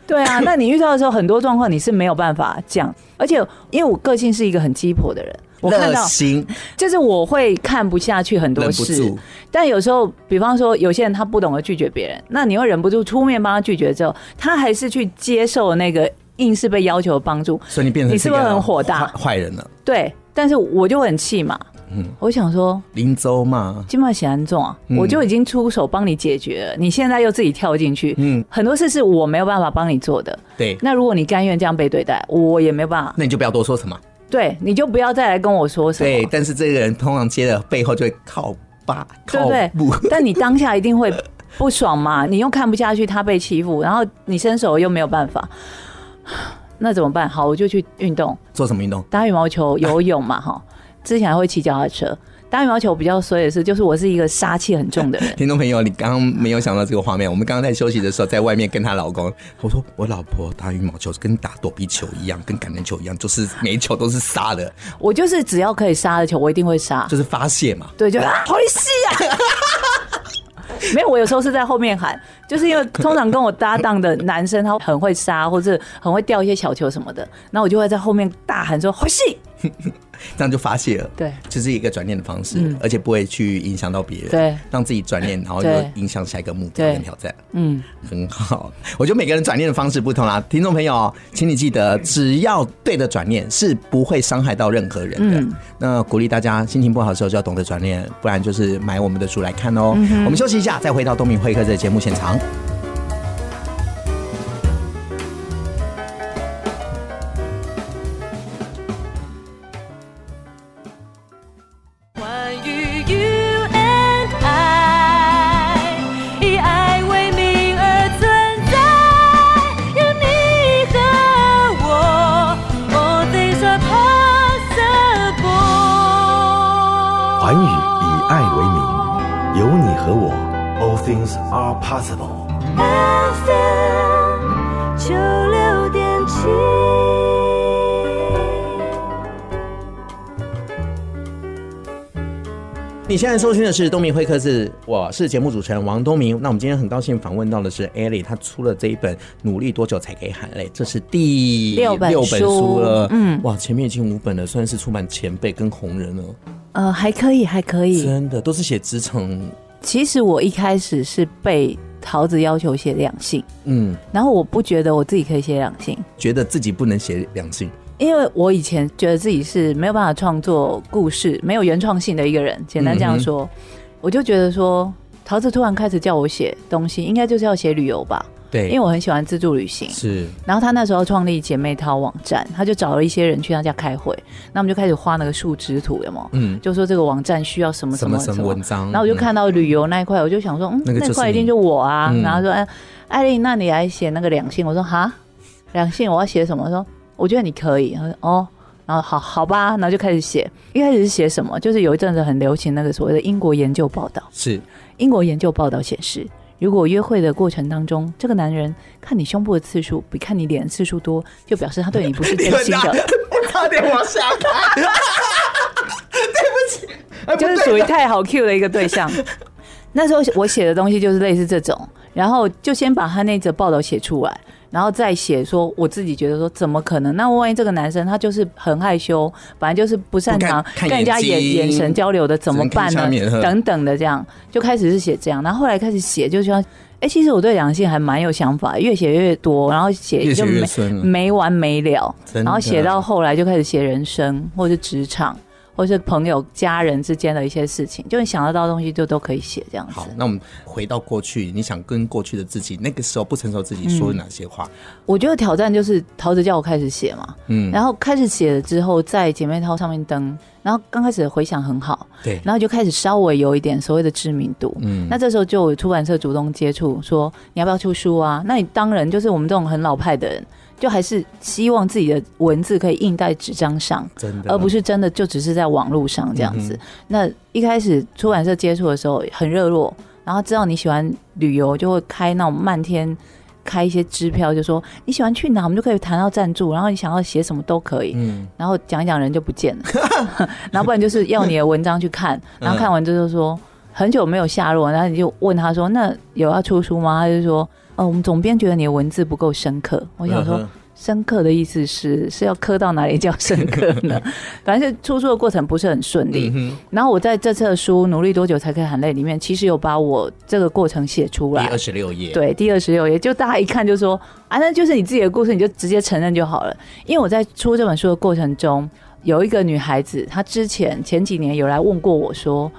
[SPEAKER 4] 对 啊，那你遇到的时候，很多状况你是没有办法讲，而且因为我个性是一个很鸡婆的人，我看
[SPEAKER 2] 热
[SPEAKER 4] 到
[SPEAKER 2] 心
[SPEAKER 4] 就是我会看不下去很多
[SPEAKER 2] 忍不
[SPEAKER 4] 事
[SPEAKER 2] 住，
[SPEAKER 4] 但有时候，比方说有些人他不懂得拒绝别人，那你又忍不住出面帮他拒绝之后，他还是去接受那个硬是被要求的帮助，
[SPEAKER 2] 所以你变成
[SPEAKER 4] 你是不是
[SPEAKER 2] 这个
[SPEAKER 4] 很火大
[SPEAKER 2] 坏坏人了？
[SPEAKER 4] 对，但是我就很气嘛，
[SPEAKER 2] 嗯
[SPEAKER 4] 我想说。
[SPEAKER 2] 林州嘛，
[SPEAKER 4] 金马喜安重啊，
[SPEAKER 2] 嗯
[SPEAKER 4] 我就已经出手帮你解决了，你现在又自己跳进去，
[SPEAKER 2] 嗯
[SPEAKER 4] 嗯，很多事是我没有办法帮你做的。
[SPEAKER 2] 对，
[SPEAKER 4] 那如果你甘愿这样被对待，我也没办法。
[SPEAKER 2] 那你就不要多说什么。
[SPEAKER 4] 对，你就不要再来跟我说什
[SPEAKER 2] 对，
[SPEAKER 4] 么，
[SPEAKER 2] 但是这个人通常接了背后就会靠爸
[SPEAKER 4] 对
[SPEAKER 2] 靠
[SPEAKER 4] 不
[SPEAKER 2] 不。
[SPEAKER 4] 对？ 但你当下一定会不爽嘛，你又看不下去他被欺负，然后你伸手又没有办法， 那怎么办？好，我就去运动，
[SPEAKER 2] 做什么运动？。
[SPEAKER 4] 打羽毛球、游泳嘛，哈。之前还会骑脚踏车，打羽毛球比较衰的是，就是我是一个杀气很重的 人
[SPEAKER 2] 听众朋友，你刚刚没有想到这个画面。我们刚刚在休息的时候，在外面跟她老公，我说我老婆打羽毛球跟打躲避球一样，跟橄榄球一样，就是每一球都是杀的，
[SPEAKER 4] 我就是只要可以杀的球，我一定会杀。
[SPEAKER 2] 就是发泄嘛。
[SPEAKER 4] 对，就啊，好戏 啊！没有，我有时候是在后面喊，就是因为通常跟我搭档的男生他很会杀，或者很会掉一些小球什么的，然后我就会在后面大喊说“好戏”，
[SPEAKER 2] 这样就发泄了。
[SPEAKER 4] 对嗯
[SPEAKER 2] 这是一个转念的方式，而且不会去影响到别人，
[SPEAKER 4] 对
[SPEAKER 2] 让自己转 念，然后就
[SPEAKER 4] 对
[SPEAKER 2] 影响下一个目标跟
[SPEAKER 4] 对
[SPEAKER 2] 挑战。
[SPEAKER 4] 嗯，
[SPEAKER 2] 很好，我觉得每个人转念的方式不同啦。听众朋友，请你记得，只要对的转念是不会伤害到任何人的。
[SPEAKER 4] 嗯
[SPEAKER 2] 那鼓励大家心情不好的时候就要懂得转念，不然就是买我们的书来看哦。我们休息一下，再回到东明会客的节目现场。
[SPEAKER 3] 环宇 U N I，以爱为名而存在，有你和我，All things are possible。
[SPEAKER 5] 环宇以爱为名，有你和我，All things are possible。
[SPEAKER 3] FM 九六点七。
[SPEAKER 2] 你现在收听的是东明会客室，我是节目主持人王东明。那我们今天很高兴访问到的是艾 l 她出了这一本《努力多久才可以喊累》，这是第
[SPEAKER 4] 六本
[SPEAKER 2] 六本书
[SPEAKER 4] 书
[SPEAKER 2] 了。嗯
[SPEAKER 4] 嗯，
[SPEAKER 2] 哇，前面已经五本了，算是出版前辈跟红人了。
[SPEAKER 4] 呃，还可以，还可以。
[SPEAKER 2] 真的都是写职场，
[SPEAKER 4] 其实我一开始是被桃子要求写两性，
[SPEAKER 2] 嗯，
[SPEAKER 4] 然后我不觉得我自己可以写两性，
[SPEAKER 2] 觉得自己不能写两性，
[SPEAKER 4] 因为我以前觉得自己是没有办法创作故事、没有原创性的一个人，简单这样说，我就觉得说，桃子突然开始叫我写东西，应该就是要写旅游吧，
[SPEAKER 2] 对
[SPEAKER 4] 因为我很喜欢自助旅行。
[SPEAKER 2] 是
[SPEAKER 4] 然后他那时候创立姐妹淘网站，他就找了一些人去他家开会，那我们就开始画那个树枝图，有吗？
[SPEAKER 2] 嗯
[SPEAKER 4] 就说这个网站需要什么
[SPEAKER 2] 什
[SPEAKER 4] 么
[SPEAKER 2] 么
[SPEAKER 4] 什
[SPEAKER 2] 什么文章，
[SPEAKER 4] 然后我就看到旅游那一块，我就想说，嗯，
[SPEAKER 2] 那个就是
[SPEAKER 4] 那块一
[SPEAKER 2] 你
[SPEAKER 4] 定就我啊。
[SPEAKER 2] 嗯
[SPEAKER 4] 然后说，哎，艾丽，那你来写那个两性。我说哈，两性我要写什么？我说我觉得你可以。他说哦，然后好好吧，然后就开始写。一开始是写什么？就是有一阵子很流行那个所谓的英国研究报道。
[SPEAKER 2] 嗯是
[SPEAKER 4] 英国研究报道显示，如果约会的过程当中，这个男人看你胸部的次数比看你脸的次数多，就表示他 对你啊不是真 心的。
[SPEAKER 2] 我差点往下看，对不起，哎
[SPEAKER 4] 就是
[SPEAKER 2] 不对
[SPEAKER 4] 属于太好 Q 的一个 对象。那时候我写的东西就是类似这种，然后就先把他那则报道写出来，然后再写说我自己觉得说怎么可能？那万一这个男生他就是很害羞，反正就是不擅长
[SPEAKER 2] 不看看
[SPEAKER 4] 跟人家
[SPEAKER 2] 眼睛
[SPEAKER 4] 眼眼神交流的，怎么办
[SPEAKER 2] 只能
[SPEAKER 4] 呢
[SPEAKER 2] 看下面呵？
[SPEAKER 4] 等等的这样，就开始是写这样，然后后来开始写就像，哎、其实我对两性还蛮有想法，越写越多，然后写
[SPEAKER 2] 越写
[SPEAKER 4] 就没
[SPEAKER 2] 越深了
[SPEAKER 4] 没完没了，
[SPEAKER 2] 真的
[SPEAKER 4] 然后写到后来就开始写人生，或是职场，或是朋友、家人之间的一些事情，就你想得到的东西就都可以写这样子
[SPEAKER 2] 好。，那我们回到过去，你想跟过去的自己，那个时候不成熟自己
[SPEAKER 4] 嗯
[SPEAKER 2] 说哪些话？
[SPEAKER 4] 我觉得挑战就是桃子叫我开始写嘛，
[SPEAKER 2] 嗯，
[SPEAKER 4] 然后开始写了之后，在姐妹淘上面登，然后刚开始的回响很好，
[SPEAKER 2] 对，
[SPEAKER 4] 然后就开始稍微有一点所谓的知名度。
[SPEAKER 2] 嗯
[SPEAKER 4] 嗯，那这时候就有出版社主动接触，说你要不要出书啊？那你当然就是我们这种很老派的人，就还是希望自己的文字可以印在纸张上，
[SPEAKER 2] 真的，嗯
[SPEAKER 4] 而不是真的就只是在网络上这样子。那一开始出版社接触的时候很热络，然后知道你喜欢旅游，就会开那种漫天。开一些支票，就说你喜欢去哪，我们就可以谈到赞助，然后你想要写什么都可以。
[SPEAKER 2] 嗯，
[SPEAKER 4] 然后讲一讲人就不 见了，然后不然就是要你的文章去看，然后看完之后说很久没有下落，然后你就问他说那有要出书吗？他就说哦，我们总编觉得你的文字不够深刻。我想说
[SPEAKER 2] 嗯哼
[SPEAKER 4] 深刻的意思是是要刻到哪里叫深刻呢？反正就出书的过程不是很顺利。
[SPEAKER 2] 嗯
[SPEAKER 4] 然后我在这册的书《努力多久才可以喊累》里面，其实有把我这个过程写出
[SPEAKER 2] 哼，
[SPEAKER 4] 来
[SPEAKER 2] 第。二十六页，，
[SPEAKER 4] 对，第二十六页，就大家一看就说啊，那就是你自己的故事，你就直接承认就好了。因为我在出这本书的过程中，有一个女孩子，她之前前几年有来问过我说，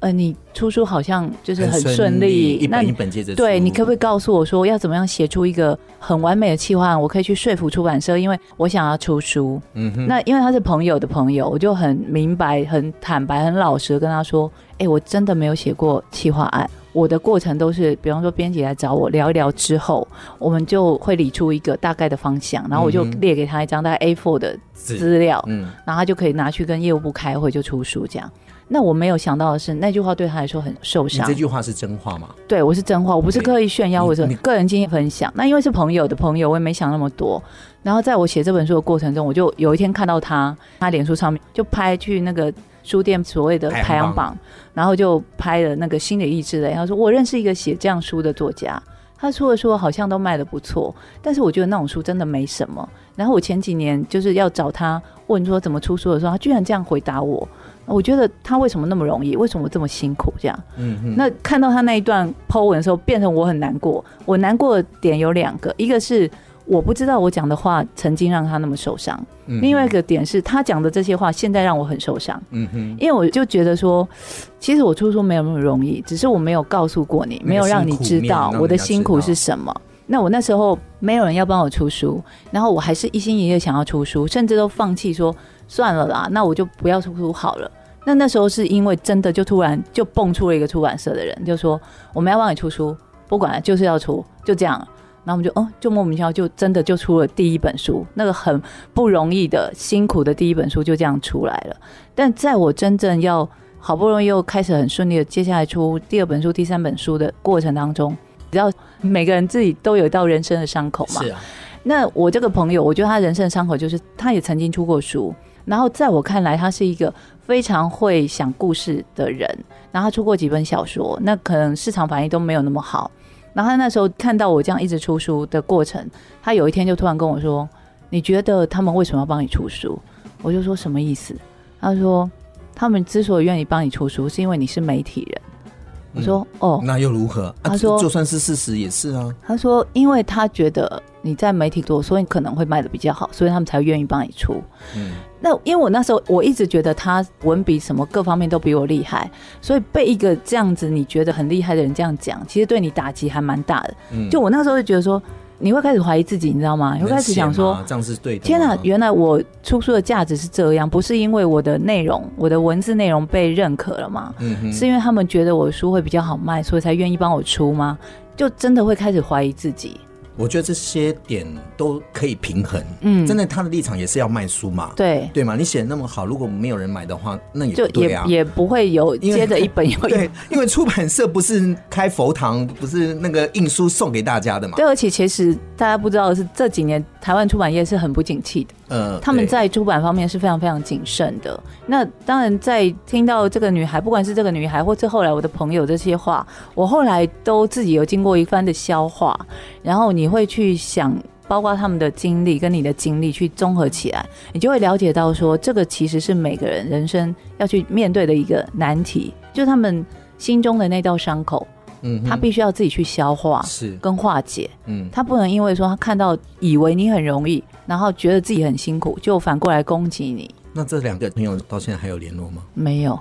[SPEAKER 4] 呃，你出书好像就是很顺利，
[SPEAKER 2] 一
[SPEAKER 4] 那
[SPEAKER 2] 本
[SPEAKER 4] 你
[SPEAKER 2] 一本接着出，
[SPEAKER 4] 对你可不可以告诉我说要怎么样写出一个很完美的企划案？我可以去说服出版社，因为我想要出书。
[SPEAKER 2] 嗯哼，
[SPEAKER 4] 那因为他是朋友的朋友，我就很明白、很坦白、很老实的跟他说：“哎、我真的没有写过企划案，我的过程都是，比方说编辑来找我聊一聊之后，我们就会理出一个大概的方向，然后我就
[SPEAKER 2] 嗯哼
[SPEAKER 4] 列给他一张大概 A4 的
[SPEAKER 2] 是，
[SPEAKER 4] 资料，
[SPEAKER 2] 嗯，
[SPEAKER 4] 然后他就可以拿去跟业务部开会就出书这样。”那我没有想到的是，那句话对他来说很受
[SPEAKER 2] 你
[SPEAKER 4] 伤。
[SPEAKER 2] 这句话是真话吗？
[SPEAKER 4] 对我是真话，我不是刻意炫耀
[SPEAKER 2] 你
[SPEAKER 4] 或者
[SPEAKER 2] 你
[SPEAKER 4] 个人经验分享。那因为是朋友的朋友，我也没想那么多。然后在我写这本书的过程中，我就有一天看到他，他脸书上面就拍去那个书店所谓的
[SPEAKER 2] 排行
[SPEAKER 4] 排行
[SPEAKER 2] 榜
[SPEAKER 4] 榜，然后就拍了那个心理励志类。他说我认识一个写这样书的作家，他出的书好像都卖的不错，但是我觉得那种书真的没什么。然后我前几年就是要找他，问说怎么出书的时候，他居然这样回答我。我觉得他为什么那么容易？为什么这么辛苦？这样，嗯，那看到他那一段 Po 文的时候，变成我很难过。我难过的点有两个，一个是我不知道我讲的话曾经让他那么受伤，另外一个点是他讲的这些话现在让我很受伤。
[SPEAKER 2] 嗯哼，
[SPEAKER 4] 因为我就觉得说，其实我出书没有那么容易，只是我没有告诉过你，
[SPEAKER 2] 那个
[SPEAKER 4] 没有让你知
[SPEAKER 2] 辛苦面让
[SPEAKER 4] 道
[SPEAKER 2] 人家
[SPEAKER 4] 我的辛苦是什么。那我那时候没有人要帮我出书，然后我还是一心一意地想要出书，甚至都放弃说算了啦，那我就不要出书好了。那那时候是因为真的就突然就蹦出了一个出版社的人，就说我们要帮你出书，不管了就是要出，就这样。然后我们就哦，就莫名其妙就真的就出了第一本书，那个很不容易的、辛苦的第一本书就这样出来了。但在我真正要好不容易又开始很顺利的接下来出第二本书、第三本书的过程当中，你知道每个人自己都有一道人生的伤口嘛？
[SPEAKER 2] 是啊，
[SPEAKER 4] 那我这个朋友，我觉得他人生的伤口就是他也曾经出过书，然后在我看来，他是一个非常会想故事的人。然后他出过几本小说，那可能市场反应都没有那么好。然后他那时候看到我这样一直出书的过程，他有一天就突然跟我说：“你觉得他们为什么要帮你出书？”我就说：“什么意思？”他说：“他们之所以愿意帮你出书，是因为你是媒体人。”我说：“哦，
[SPEAKER 2] 那又如何？啊
[SPEAKER 4] 他说
[SPEAKER 2] 就算是事实也是啊，
[SPEAKER 4] 他说，因为他觉得你在媒体做，所以可能会卖的比较好，所以他们才愿意帮你出。
[SPEAKER 2] 嗯
[SPEAKER 4] 那因为我那时候我一直觉得他文笔什么各方面都比我厉害，所以被一个这样子你觉得很厉害的人这样讲，其实对你打击还蛮大的。
[SPEAKER 2] 嗯，
[SPEAKER 4] 就我那时候就觉得说，你会开始怀疑自己，你知道吗？你会开始想说
[SPEAKER 2] 能写吗，这样是对的吗。
[SPEAKER 4] 天哪、原来我出书的价值是这样，不是因为我的内容，我的文字内容被认可了吗？
[SPEAKER 2] 嗯哼，
[SPEAKER 4] 是因为他们觉得我的书会比较好卖，所以才愿意帮我出吗？就真的会开始怀疑自己。
[SPEAKER 2] 我觉得这些点都可以平衡。
[SPEAKER 4] 嗯
[SPEAKER 2] 真的，他的立场也是要卖书嘛，
[SPEAKER 4] 对，
[SPEAKER 2] 对嘛？你写的那么好，如果没有人买的话，那也
[SPEAKER 4] 就
[SPEAKER 2] 不对
[SPEAKER 4] 也、
[SPEAKER 2] 啊。
[SPEAKER 4] 也不会有
[SPEAKER 2] 因为
[SPEAKER 4] 接着一本又一本。
[SPEAKER 2] 对，因为出版社不是开佛堂，不是那个印书送给大家的嘛。
[SPEAKER 4] 对，而且其实大家不知道的是，这几年台湾出版业是很不景气的，
[SPEAKER 2] 呃，
[SPEAKER 4] 他们
[SPEAKER 2] 对
[SPEAKER 4] 在出版方面是非常非常谨慎的。那当然，在听到这个女孩，不管是这个女孩，或是后来我的朋友这些话，我后来都自己有经过一番的消化，然后你会去想。包括他们的经历跟你的经历去综合起来，你就会了解到说，这个其实是每个人人生要去面对的一个难题，就是他们心中的那道伤口，
[SPEAKER 2] 嗯哼
[SPEAKER 4] 他必须要自己去消化
[SPEAKER 2] 是
[SPEAKER 4] 跟化解。
[SPEAKER 2] 嗯
[SPEAKER 4] 他不能因为说他看到以为你很容易，然后觉得自己很辛苦，就反过来攻击你。
[SPEAKER 2] 那这两个朋友到现在还有联络吗？
[SPEAKER 4] 没有，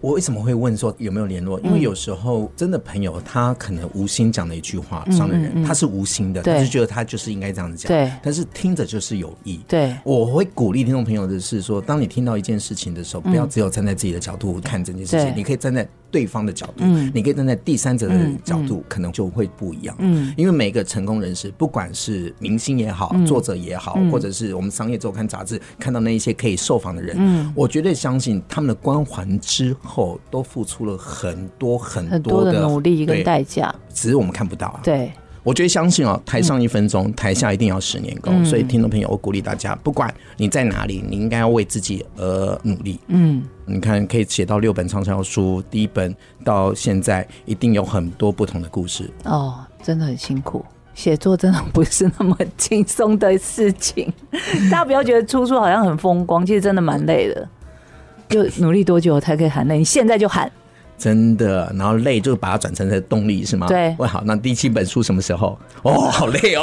[SPEAKER 2] 我为什么会问说有没有联
[SPEAKER 4] 嗯
[SPEAKER 2] 络？因为有时候真的朋友他可能无心讲了一句话伤了人，
[SPEAKER 4] 嗯嗯嗯
[SPEAKER 2] 他是无心的，
[SPEAKER 4] 对
[SPEAKER 2] 他就觉得他就是应该这样子讲，
[SPEAKER 4] 对
[SPEAKER 2] 但是听着就是有意。
[SPEAKER 4] 对
[SPEAKER 2] 我会鼓励听众朋友的是说，当你听到一件事情的时候，不要只有站在自己的角度看这件事情
[SPEAKER 4] 嗯对，
[SPEAKER 2] 你可以站在对方的角度，
[SPEAKER 4] 嗯
[SPEAKER 2] 你可以站在第三者的
[SPEAKER 4] 嗯
[SPEAKER 2] 角度，可能就会不一样。
[SPEAKER 4] 嗯
[SPEAKER 2] 因为每个成功人士，不管是明星也好，作者也好，
[SPEAKER 4] 嗯
[SPEAKER 2] 或者是我们商业周刊杂志看到那一些可以受访的人，
[SPEAKER 4] 嗯
[SPEAKER 2] 我绝对相信他们的光环之后，都付出了很多很
[SPEAKER 4] 很
[SPEAKER 2] 多
[SPEAKER 4] 多的努力跟
[SPEAKER 2] 对
[SPEAKER 4] 代价。
[SPEAKER 2] 只是我们看不到啊。
[SPEAKER 4] 对，
[SPEAKER 2] 我觉得相信哦，台上一分钟，
[SPEAKER 4] 嗯
[SPEAKER 2] 台下一定要十年功。所以听众朋友，我鼓励大家，不管你在哪里，你应该要为自己而努力。
[SPEAKER 4] 嗯，
[SPEAKER 2] 你看，可以写到六本畅销书，第一本到现在，一定有很多不同的故事。
[SPEAKER 4] 哦，真的很辛苦。写作真的不是那么轻松的事情， 大家不要觉得出书好像很风光，其实真的蛮累的。就努力多久才可以喊累？你现在就喊。
[SPEAKER 2] 真的，然后累就把它转成的动力是吗？
[SPEAKER 4] 对
[SPEAKER 2] 哇，好，那第七本书什么时候？ 哦，好累哦。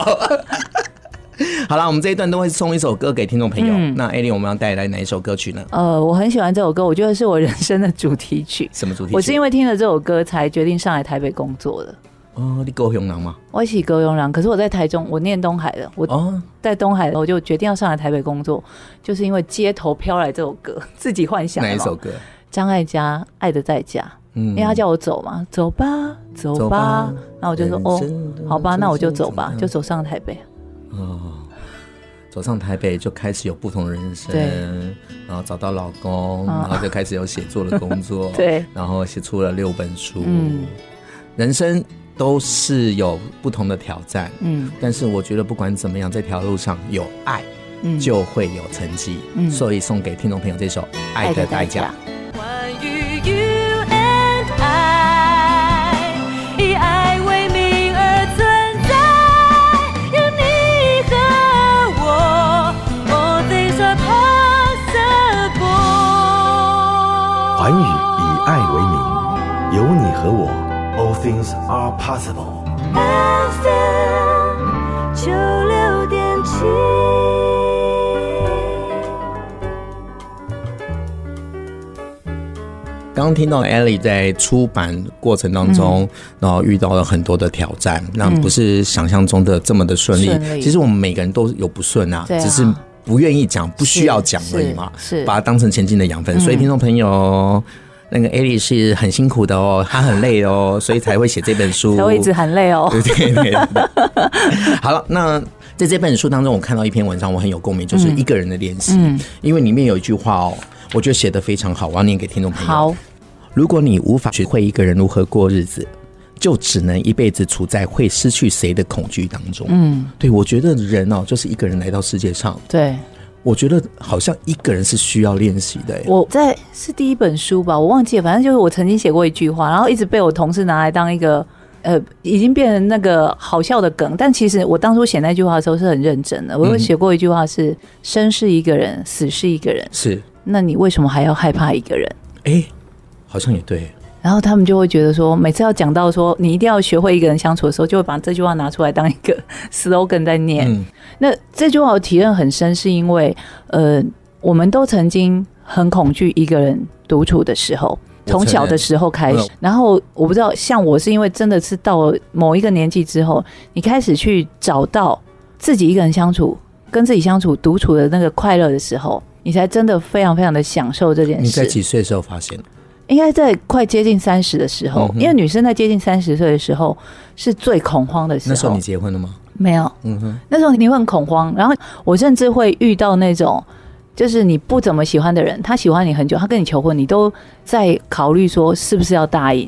[SPEAKER 2] 好啦，我们这一段都会送一首歌给听众朋友。
[SPEAKER 4] 嗯
[SPEAKER 2] 那艾琳，我们要带来哪一首歌曲呢？
[SPEAKER 4] 呃，我很喜欢这首歌，我觉得是我人生的主题曲。
[SPEAKER 2] 什么主题曲？
[SPEAKER 4] 我是因为听了这首歌才决定上来台北工作的。
[SPEAKER 2] 哦，你狗熊狼吗？
[SPEAKER 4] 我喜歌咏郎，可是我在台中，我念东海的，我
[SPEAKER 2] 哦，
[SPEAKER 4] 在东海，我就决定要上来台北工作，就是因为街头飘来这首歌，自己幻想的
[SPEAKER 2] 哪
[SPEAKER 4] 嘛
[SPEAKER 2] 一首？歌？
[SPEAKER 4] 张艾嘉《爱的代价》，
[SPEAKER 2] 嗯，
[SPEAKER 4] 因为他叫我走嘛，走吧，走吧，
[SPEAKER 2] 走吧
[SPEAKER 4] 然后我就说哦
[SPEAKER 2] 人生，的
[SPEAKER 4] 好吧，那我就走吧
[SPEAKER 2] 路，
[SPEAKER 4] 就走上台北。
[SPEAKER 2] 哦走上台北就开始有不同的人生
[SPEAKER 4] 对，
[SPEAKER 2] 然后找到老公，
[SPEAKER 4] 啊
[SPEAKER 2] 然后就开始有写作的工作，
[SPEAKER 4] 对，
[SPEAKER 2] 然后写出了六本书，
[SPEAKER 4] 嗯
[SPEAKER 2] 人生都是有不同的挑战，
[SPEAKER 4] 嗯
[SPEAKER 2] 但是我觉得不管怎么样，这条路上有爱
[SPEAKER 4] 嗯，
[SPEAKER 2] 就会有成绩，
[SPEAKER 4] 嗯
[SPEAKER 2] 所以送给听众朋友这首《爱的代价》。
[SPEAKER 3] 关于 you and I，以爱为名而存在，有你和我，all things are possible。
[SPEAKER 5] are possible.
[SPEAKER 3] FM 九六点七。
[SPEAKER 2] 刚刚听到 Ellie 在出版过程当
[SPEAKER 4] 嗯
[SPEAKER 2] 中，然后遇到了很多的挑战，那不是想象中的这么的顺利。
[SPEAKER 4] 顺利
[SPEAKER 2] 其实我们每个人都有不顺啊，
[SPEAKER 4] 对啊
[SPEAKER 2] 只是不愿意讲，不需要讲而已嘛，
[SPEAKER 4] 是嗯是
[SPEAKER 2] 把它当成前进的养分。所以听众朋友。那个 Ellie 是很辛苦的哦，她很累 哦，所以才会写这本书，
[SPEAKER 4] 才会一直喊累哦。
[SPEAKER 2] 对对对对。好了，那在这本书当中，我看到一篇文章，我很有共鸣，就是
[SPEAKER 4] 嗯
[SPEAKER 2] 一个人的练习。因为里面有一句话哦，我觉得写的非常好，我要念给听众朋友。
[SPEAKER 4] 好，
[SPEAKER 2] 如果你无法学会一个人如何过日子，就只能一辈子处在会失去谁的恐惧当中。嗯，对，我觉得人哦，就是一个人来到世界上，
[SPEAKER 4] 对
[SPEAKER 2] 我觉得好像一个人是需要练习的。
[SPEAKER 4] 我在是第一本书吧，我忘记了，反正就是我曾经写过一句话，然后一直被我同事拿来当一个。呃，已经变成那个好笑的梗，但其实我当初写那句话的时候是很认真的。
[SPEAKER 2] 嗯
[SPEAKER 4] 我有写过一句话是：生是一个人，死是一个人，
[SPEAKER 2] 是，
[SPEAKER 4] 那你为什么还要害怕一个人？
[SPEAKER 2] 哎，好像也对。
[SPEAKER 4] 然后他们就会觉得说，每次要讲到说你一定要学会一个人相处的时候，就会把这句话拿出来当一个 slogan 在念。
[SPEAKER 2] 嗯
[SPEAKER 4] 那这句话我体验很深，是因为呃，我们都曾经很恐惧一个人独处的时候。
[SPEAKER 2] 我承
[SPEAKER 4] 从
[SPEAKER 2] 认
[SPEAKER 4] 小的时候开始
[SPEAKER 2] 嗯，
[SPEAKER 4] 然后我不知道，像我是因为真的是到了某一个年纪之后，你开始去找到自己一个人相处、跟自己相处、独处的那个快乐的时候，你才真的非常非常的享受这件事。
[SPEAKER 2] 你在几岁的时候发现？
[SPEAKER 4] 应该在快接近三十的时候
[SPEAKER 2] 嗯，哼
[SPEAKER 4] 因为女生在接近三十岁的时候是最恐慌的时
[SPEAKER 2] 那
[SPEAKER 4] 候。
[SPEAKER 2] 时候你结婚了吗？
[SPEAKER 4] 没有，
[SPEAKER 2] 嗯哼，
[SPEAKER 4] 那时候你会很恐慌，然后我甚至会遇到那种。就是你不怎么喜欢的人，他喜欢你很久，他跟你求婚，你都在考虑说是不是要答应。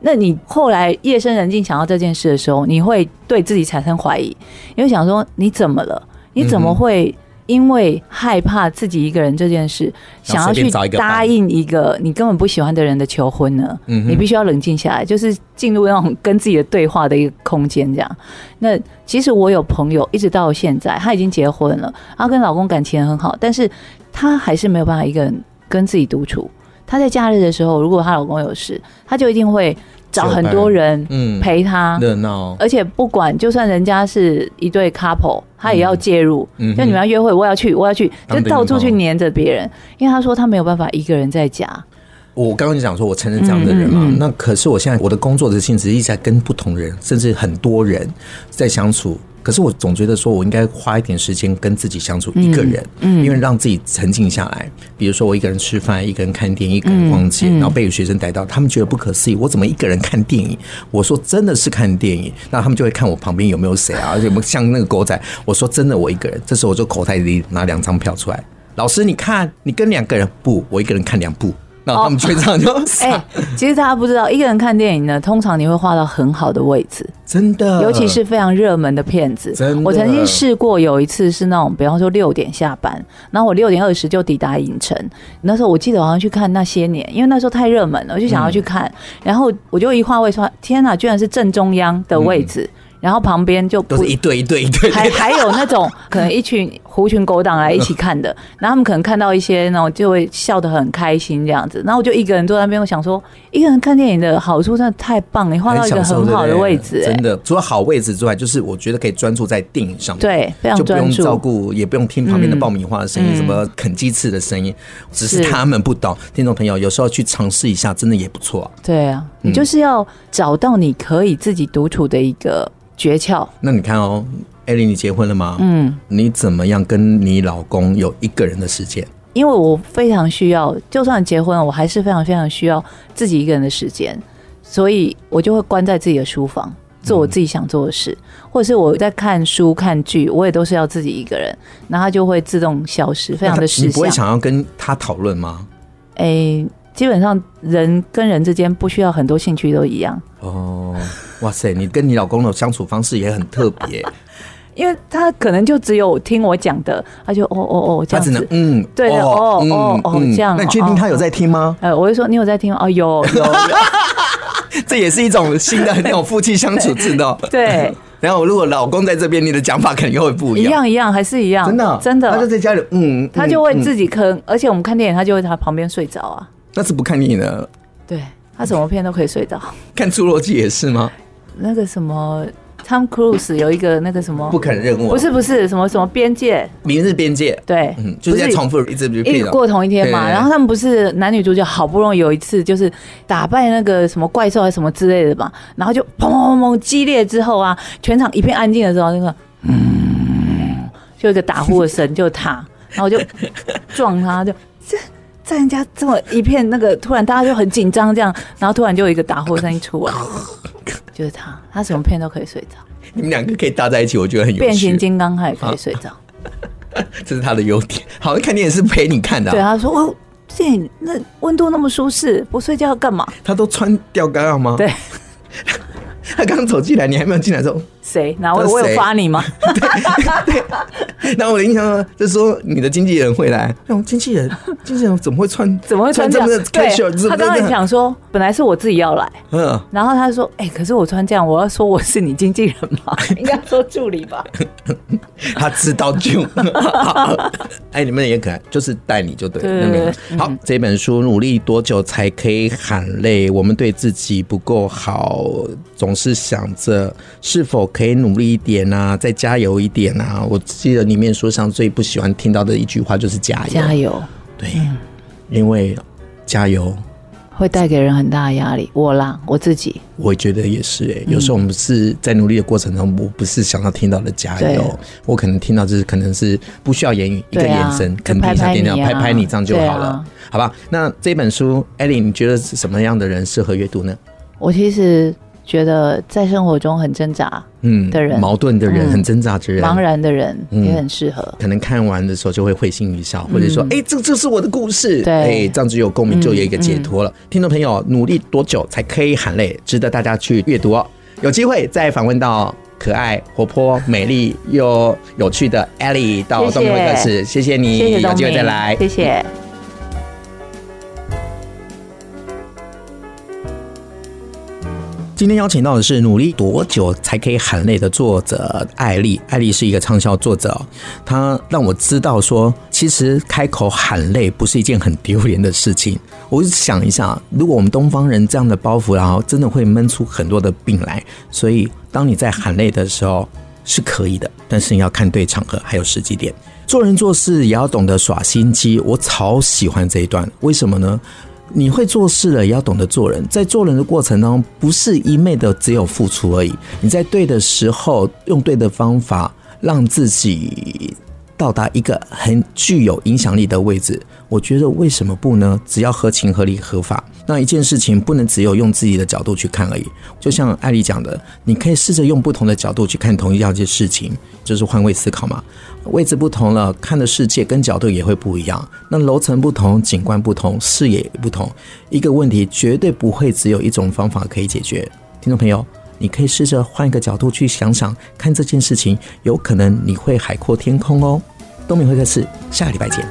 [SPEAKER 4] 那你后来夜深人静想到这件事的时候，你会对自己产生怀疑，你会想说你怎么了？你怎么会因为害怕自己一个人这件事，
[SPEAKER 2] 然
[SPEAKER 4] 想
[SPEAKER 2] 后
[SPEAKER 4] 要
[SPEAKER 2] 嗯随便
[SPEAKER 4] 去
[SPEAKER 2] 找一个伴
[SPEAKER 4] 答应一个你根本不喜欢的人的求婚呢？
[SPEAKER 2] 嗯哼
[SPEAKER 4] 你必须要冷静下来，就是进入那种跟自己的对话的一个空间，这样。那其实我有朋友，一直到现在，她已经结婚了，她跟老公感情很好，但是她还是没有办法一个人跟自己独处。她在假日的时候，如果她老公有事，她就一定会找很多人
[SPEAKER 2] 嗯，
[SPEAKER 4] 陪她，
[SPEAKER 2] 热闹。
[SPEAKER 4] 而且不管就算人家是一对 couple，她也要介入。
[SPEAKER 2] 嗯
[SPEAKER 4] 就你们要约会，我要去，我要去，就
[SPEAKER 2] 当着
[SPEAKER 4] 到处去
[SPEAKER 2] 你
[SPEAKER 4] 黏着别人，因为她说她没有办法一个人在家。
[SPEAKER 2] 我刚刚就讲说，我承认这样的人嘛。
[SPEAKER 4] 嗯嗯嗯
[SPEAKER 2] 那可是我现在我的工作的性质一直在跟不同人，甚至很多人在相处。可是我总觉得说，我应该花一点时间跟自己相处，一个人，
[SPEAKER 4] 嗯
[SPEAKER 2] 因为让自己沉静下来。比如说，我一个人吃饭，一个人看电影，一个人逛街，
[SPEAKER 4] 嗯
[SPEAKER 2] 然后被有学生逮到，他们觉得不可思议，我怎么一个人看电影？我说真的是看电影，那他们就会看我旁边有没有谁啊，而且有没有像那个狗仔。我说真的，我一个人。这时候我就口袋里拿两张票出来，老师你看，你跟两个人不，我一个人看两部。那他们全场 就
[SPEAKER 4] 哎、
[SPEAKER 2] 傻，
[SPEAKER 4] 其实大家不知道，一个人看电影呢，通常你会画到很好的位置，
[SPEAKER 2] 真的，
[SPEAKER 4] 尤其是非常热门的片子
[SPEAKER 2] 嗯真的。
[SPEAKER 4] 我曾经试过有一次是那种，比方说六点下班，然后我六点二十就抵达影城。那时候我记得我好像去看《那些年》，因为那时候太热门了，我就想要去
[SPEAKER 2] 嗯
[SPEAKER 4] 看。然后我就一话未说，天哪，居然是正中央的位置，然后旁边就
[SPEAKER 2] 嗯都
[SPEAKER 4] 不
[SPEAKER 2] 是一对一对一对，
[SPEAKER 4] 还还有 那种可能一群狐群狗党来一起看的，然后他们可能看到一些那种就会笑得很开心这样子，然后我就一个人坐在那边，我想说一个人看电影的好处真的太棒了，你换到一个
[SPEAKER 2] 享受
[SPEAKER 4] 很好
[SPEAKER 2] 对
[SPEAKER 4] 的
[SPEAKER 2] 不对
[SPEAKER 4] 位置、
[SPEAKER 2] 真
[SPEAKER 4] 哎，
[SPEAKER 2] 的。除了好位置之外，就是我觉得可以专注在电影上面，
[SPEAKER 4] 对非常
[SPEAKER 2] 就不用
[SPEAKER 4] 专注
[SPEAKER 2] 照顾，也不用听旁边的
[SPEAKER 4] 嗯
[SPEAKER 2] 爆米花的声音，
[SPEAKER 4] 嗯
[SPEAKER 2] 什么啃鸡翅的声音，只是
[SPEAKER 4] 是
[SPEAKER 2] 他们不懂。听众朋友，有时候去尝试一下，真的也不错啊。
[SPEAKER 4] 对啊，你就是要找到你可以自己独处的一个诀窍，
[SPEAKER 2] 那你看哦，艾琳，你结婚了吗？嗯，你怎么样跟你老公有一个人的时间？
[SPEAKER 4] 因为我非常需要，就算结婚了，我还是非常非常需要自己一个人的时间，所以我就会关在自己的书房，做我自己想做的事，或者是我在看书、看剧，我也都是要自己一个人，然后它就会自动消失，非常的
[SPEAKER 2] 你
[SPEAKER 4] 识
[SPEAKER 2] 不
[SPEAKER 4] 相
[SPEAKER 2] 会。想要跟他讨论吗？
[SPEAKER 4] 哎、基本上人跟人之间不需要很多兴趣都一样，
[SPEAKER 2] 哦，哇塞，你跟你老公的相处方式也很特别，
[SPEAKER 4] 因为他可能就只有听我讲的，他就哦哦哦这
[SPEAKER 2] 他
[SPEAKER 4] 样
[SPEAKER 2] 只能
[SPEAKER 4] 子。
[SPEAKER 2] 嗯，
[SPEAKER 4] 对的哦
[SPEAKER 2] 嗯
[SPEAKER 4] 哦哦
[SPEAKER 2] 嗯
[SPEAKER 4] 这样
[SPEAKER 2] 那你确定
[SPEAKER 4] 哦
[SPEAKER 2] 他有在听 吗？
[SPEAKER 4] 呃，我会说你有在听吗哦， 有有有，
[SPEAKER 2] 这也是一种新 的那种夫妻相处之道。
[SPEAKER 4] 对，
[SPEAKER 2] 然后如果老公在这边，你的讲法肯定会不
[SPEAKER 4] 一
[SPEAKER 2] 一样。
[SPEAKER 4] 样一样，还是一样，
[SPEAKER 2] 真的啊
[SPEAKER 4] 真的。
[SPEAKER 2] 他就在家里，嗯，
[SPEAKER 4] 他
[SPEAKER 2] 嗯
[SPEAKER 4] 就会
[SPEAKER 2] 嗯
[SPEAKER 4] 自己坑，而且我们看电影，他就会在他旁边睡着啊。
[SPEAKER 2] 那是不看电影的，
[SPEAKER 4] 对他什么片都可以睡着，
[SPEAKER 2] 看《侏罗纪》也是吗？
[SPEAKER 4] 那个什么 Tom Cruise 有一个那个什么
[SPEAKER 2] 不，肯认我，
[SPEAKER 4] 不是不是什么什么边界，
[SPEAKER 2] 明日边界，
[SPEAKER 4] 对，
[SPEAKER 2] 嗯，就是在
[SPEAKER 4] 不
[SPEAKER 2] 重复一直
[SPEAKER 4] 一
[SPEAKER 2] repeat
[SPEAKER 4] 直
[SPEAKER 2] 了
[SPEAKER 4] 过同一天嘛，
[SPEAKER 2] 对
[SPEAKER 4] 然后他们不是男女主角好不容易有一次就是打败那个什么怪兽还是什么之类的嘛，然后就砰砰砰砰激烈之后啊，全场一片安静的时候，那个嗯，就一个打呼的声，就他，然后我就撞他，就这在人家这么一片那个，突然大家就很紧张这样，然后突然就有一个打呼的声音出来，就是他，他什么片都可以睡着，
[SPEAKER 2] 你们两个可以搭在一起，我觉得很有趣。
[SPEAKER 4] 变形金刚他也可以睡着。
[SPEAKER 2] 这是他的优点。好像看电影是陪你看的、
[SPEAKER 4] 对，
[SPEAKER 2] 啊，
[SPEAKER 4] 他说哦，电影那温度那么舒适，不睡觉干嘛？
[SPEAKER 2] 他都穿吊杆了吗？
[SPEAKER 4] 对，
[SPEAKER 2] 他刚走进来，你还没有进来的时候，
[SPEAKER 4] 谁？哪位
[SPEAKER 2] 这？是
[SPEAKER 4] 我
[SPEAKER 2] 谁
[SPEAKER 4] 有发你 吗？
[SPEAKER 2] 然后我的印象中就是说你的经纪人会来，那种经纪人，经纪人怎么会穿？
[SPEAKER 4] 怎么会穿这样
[SPEAKER 2] 这么？开袖？
[SPEAKER 4] 对，他刚才想说，本来是我自己要来，
[SPEAKER 2] 嗯，
[SPEAKER 4] 然后他说，哎、可是我穿这样，我要说我是你经纪人 吗？应该说助理吧。
[SPEAKER 2] 他知道 就，哎，你们也可爱，就是带你就对了。
[SPEAKER 4] 对嗯
[SPEAKER 2] 那没有好，这本书《努力多久才可以喊累》，我们对自己不够好，总是想着是否可以努力一点啊，再加油一点啊。我记得里面书上最不喜欢听到的一句话就是加油，
[SPEAKER 4] 加油，嗯
[SPEAKER 2] 对，因为加油，
[SPEAKER 4] 会带给人很大的压力。我啦，我自己，
[SPEAKER 2] 我觉得也是、
[SPEAKER 4] 嗯
[SPEAKER 2] 欸，有时候我们是在努力的过程中，我不是想要听到的加油
[SPEAKER 4] 对，
[SPEAKER 2] 我可能听到就是可能是不需要言语，一个
[SPEAKER 4] 对啊
[SPEAKER 2] 眼神
[SPEAKER 4] 就
[SPEAKER 2] 肯定一下
[SPEAKER 4] 拍拍
[SPEAKER 2] 电量，
[SPEAKER 4] 你啊
[SPEAKER 2] 拍拍你这样就
[SPEAKER 4] 对啊
[SPEAKER 2] 好了，好吧？那这本书，艾琳，你觉得是什么样的人适合阅读呢？
[SPEAKER 4] 我其实觉得在生活中很挣扎、
[SPEAKER 2] 嗯，
[SPEAKER 4] 的人
[SPEAKER 2] 矛盾的人，
[SPEAKER 4] 嗯
[SPEAKER 2] 很挣扎之人，
[SPEAKER 4] 茫然的人也很适合。
[SPEAKER 2] 可能看完的时候就会会心一笑，或者说，哎、这这是我的故事，
[SPEAKER 4] 嗯对
[SPEAKER 2] 哎、这样子有共鸣，
[SPEAKER 4] 嗯
[SPEAKER 2] 就有一个解脱了。听众朋友，努力多久才可以喊累？值得大家去阅读哦。有机会再访问到可爱、活泼、美丽又有趣的 Ellie 到
[SPEAKER 4] 谢谢
[SPEAKER 2] 东明会客室，谢谢你，
[SPEAKER 4] 谢
[SPEAKER 2] 有
[SPEAKER 4] 谢东
[SPEAKER 2] 机会
[SPEAKER 4] 明，
[SPEAKER 2] 再来，
[SPEAKER 4] 谢谢。
[SPEAKER 2] 今天邀请到的是《努力多久才可以喊累》的作者艾丽。艾丽是一个畅销作者哦，她让我知道说，其实开口喊累不是一件很丢脸的事情。我就想一下，如果我们东方人这样的包袱，然后真的会闷出很多的病来。所以，当你在喊累的时候是可以的，但是你要看对场合还有时机点。做人做事也要懂得耍心机，我超喜欢这一段，为什么呢？你会做事了，也要懂得做人。在做人的过程当中，不是一昧的只有付出而已。你在对的时候，用对的方法，让自己到达一个很具有影响力的位置。我觉得为什么不呢？只要合情合理合法，那一件事情不能只有用自己的角度去看而已。就像艾丽讲的，你可以试着用不同的角度去看同一样一件事情，就是换位思考嘛。位置不同了，看的世界跟角度也会不一样。那楼层不同，景观不同，视野也不同。一个问题绝对不会只有一种方法可以解决。听众朋友，你可以试着换一个角度去想想，看这件事情，有可能你会海阔天空哦。东明会客室，下个礼拜见。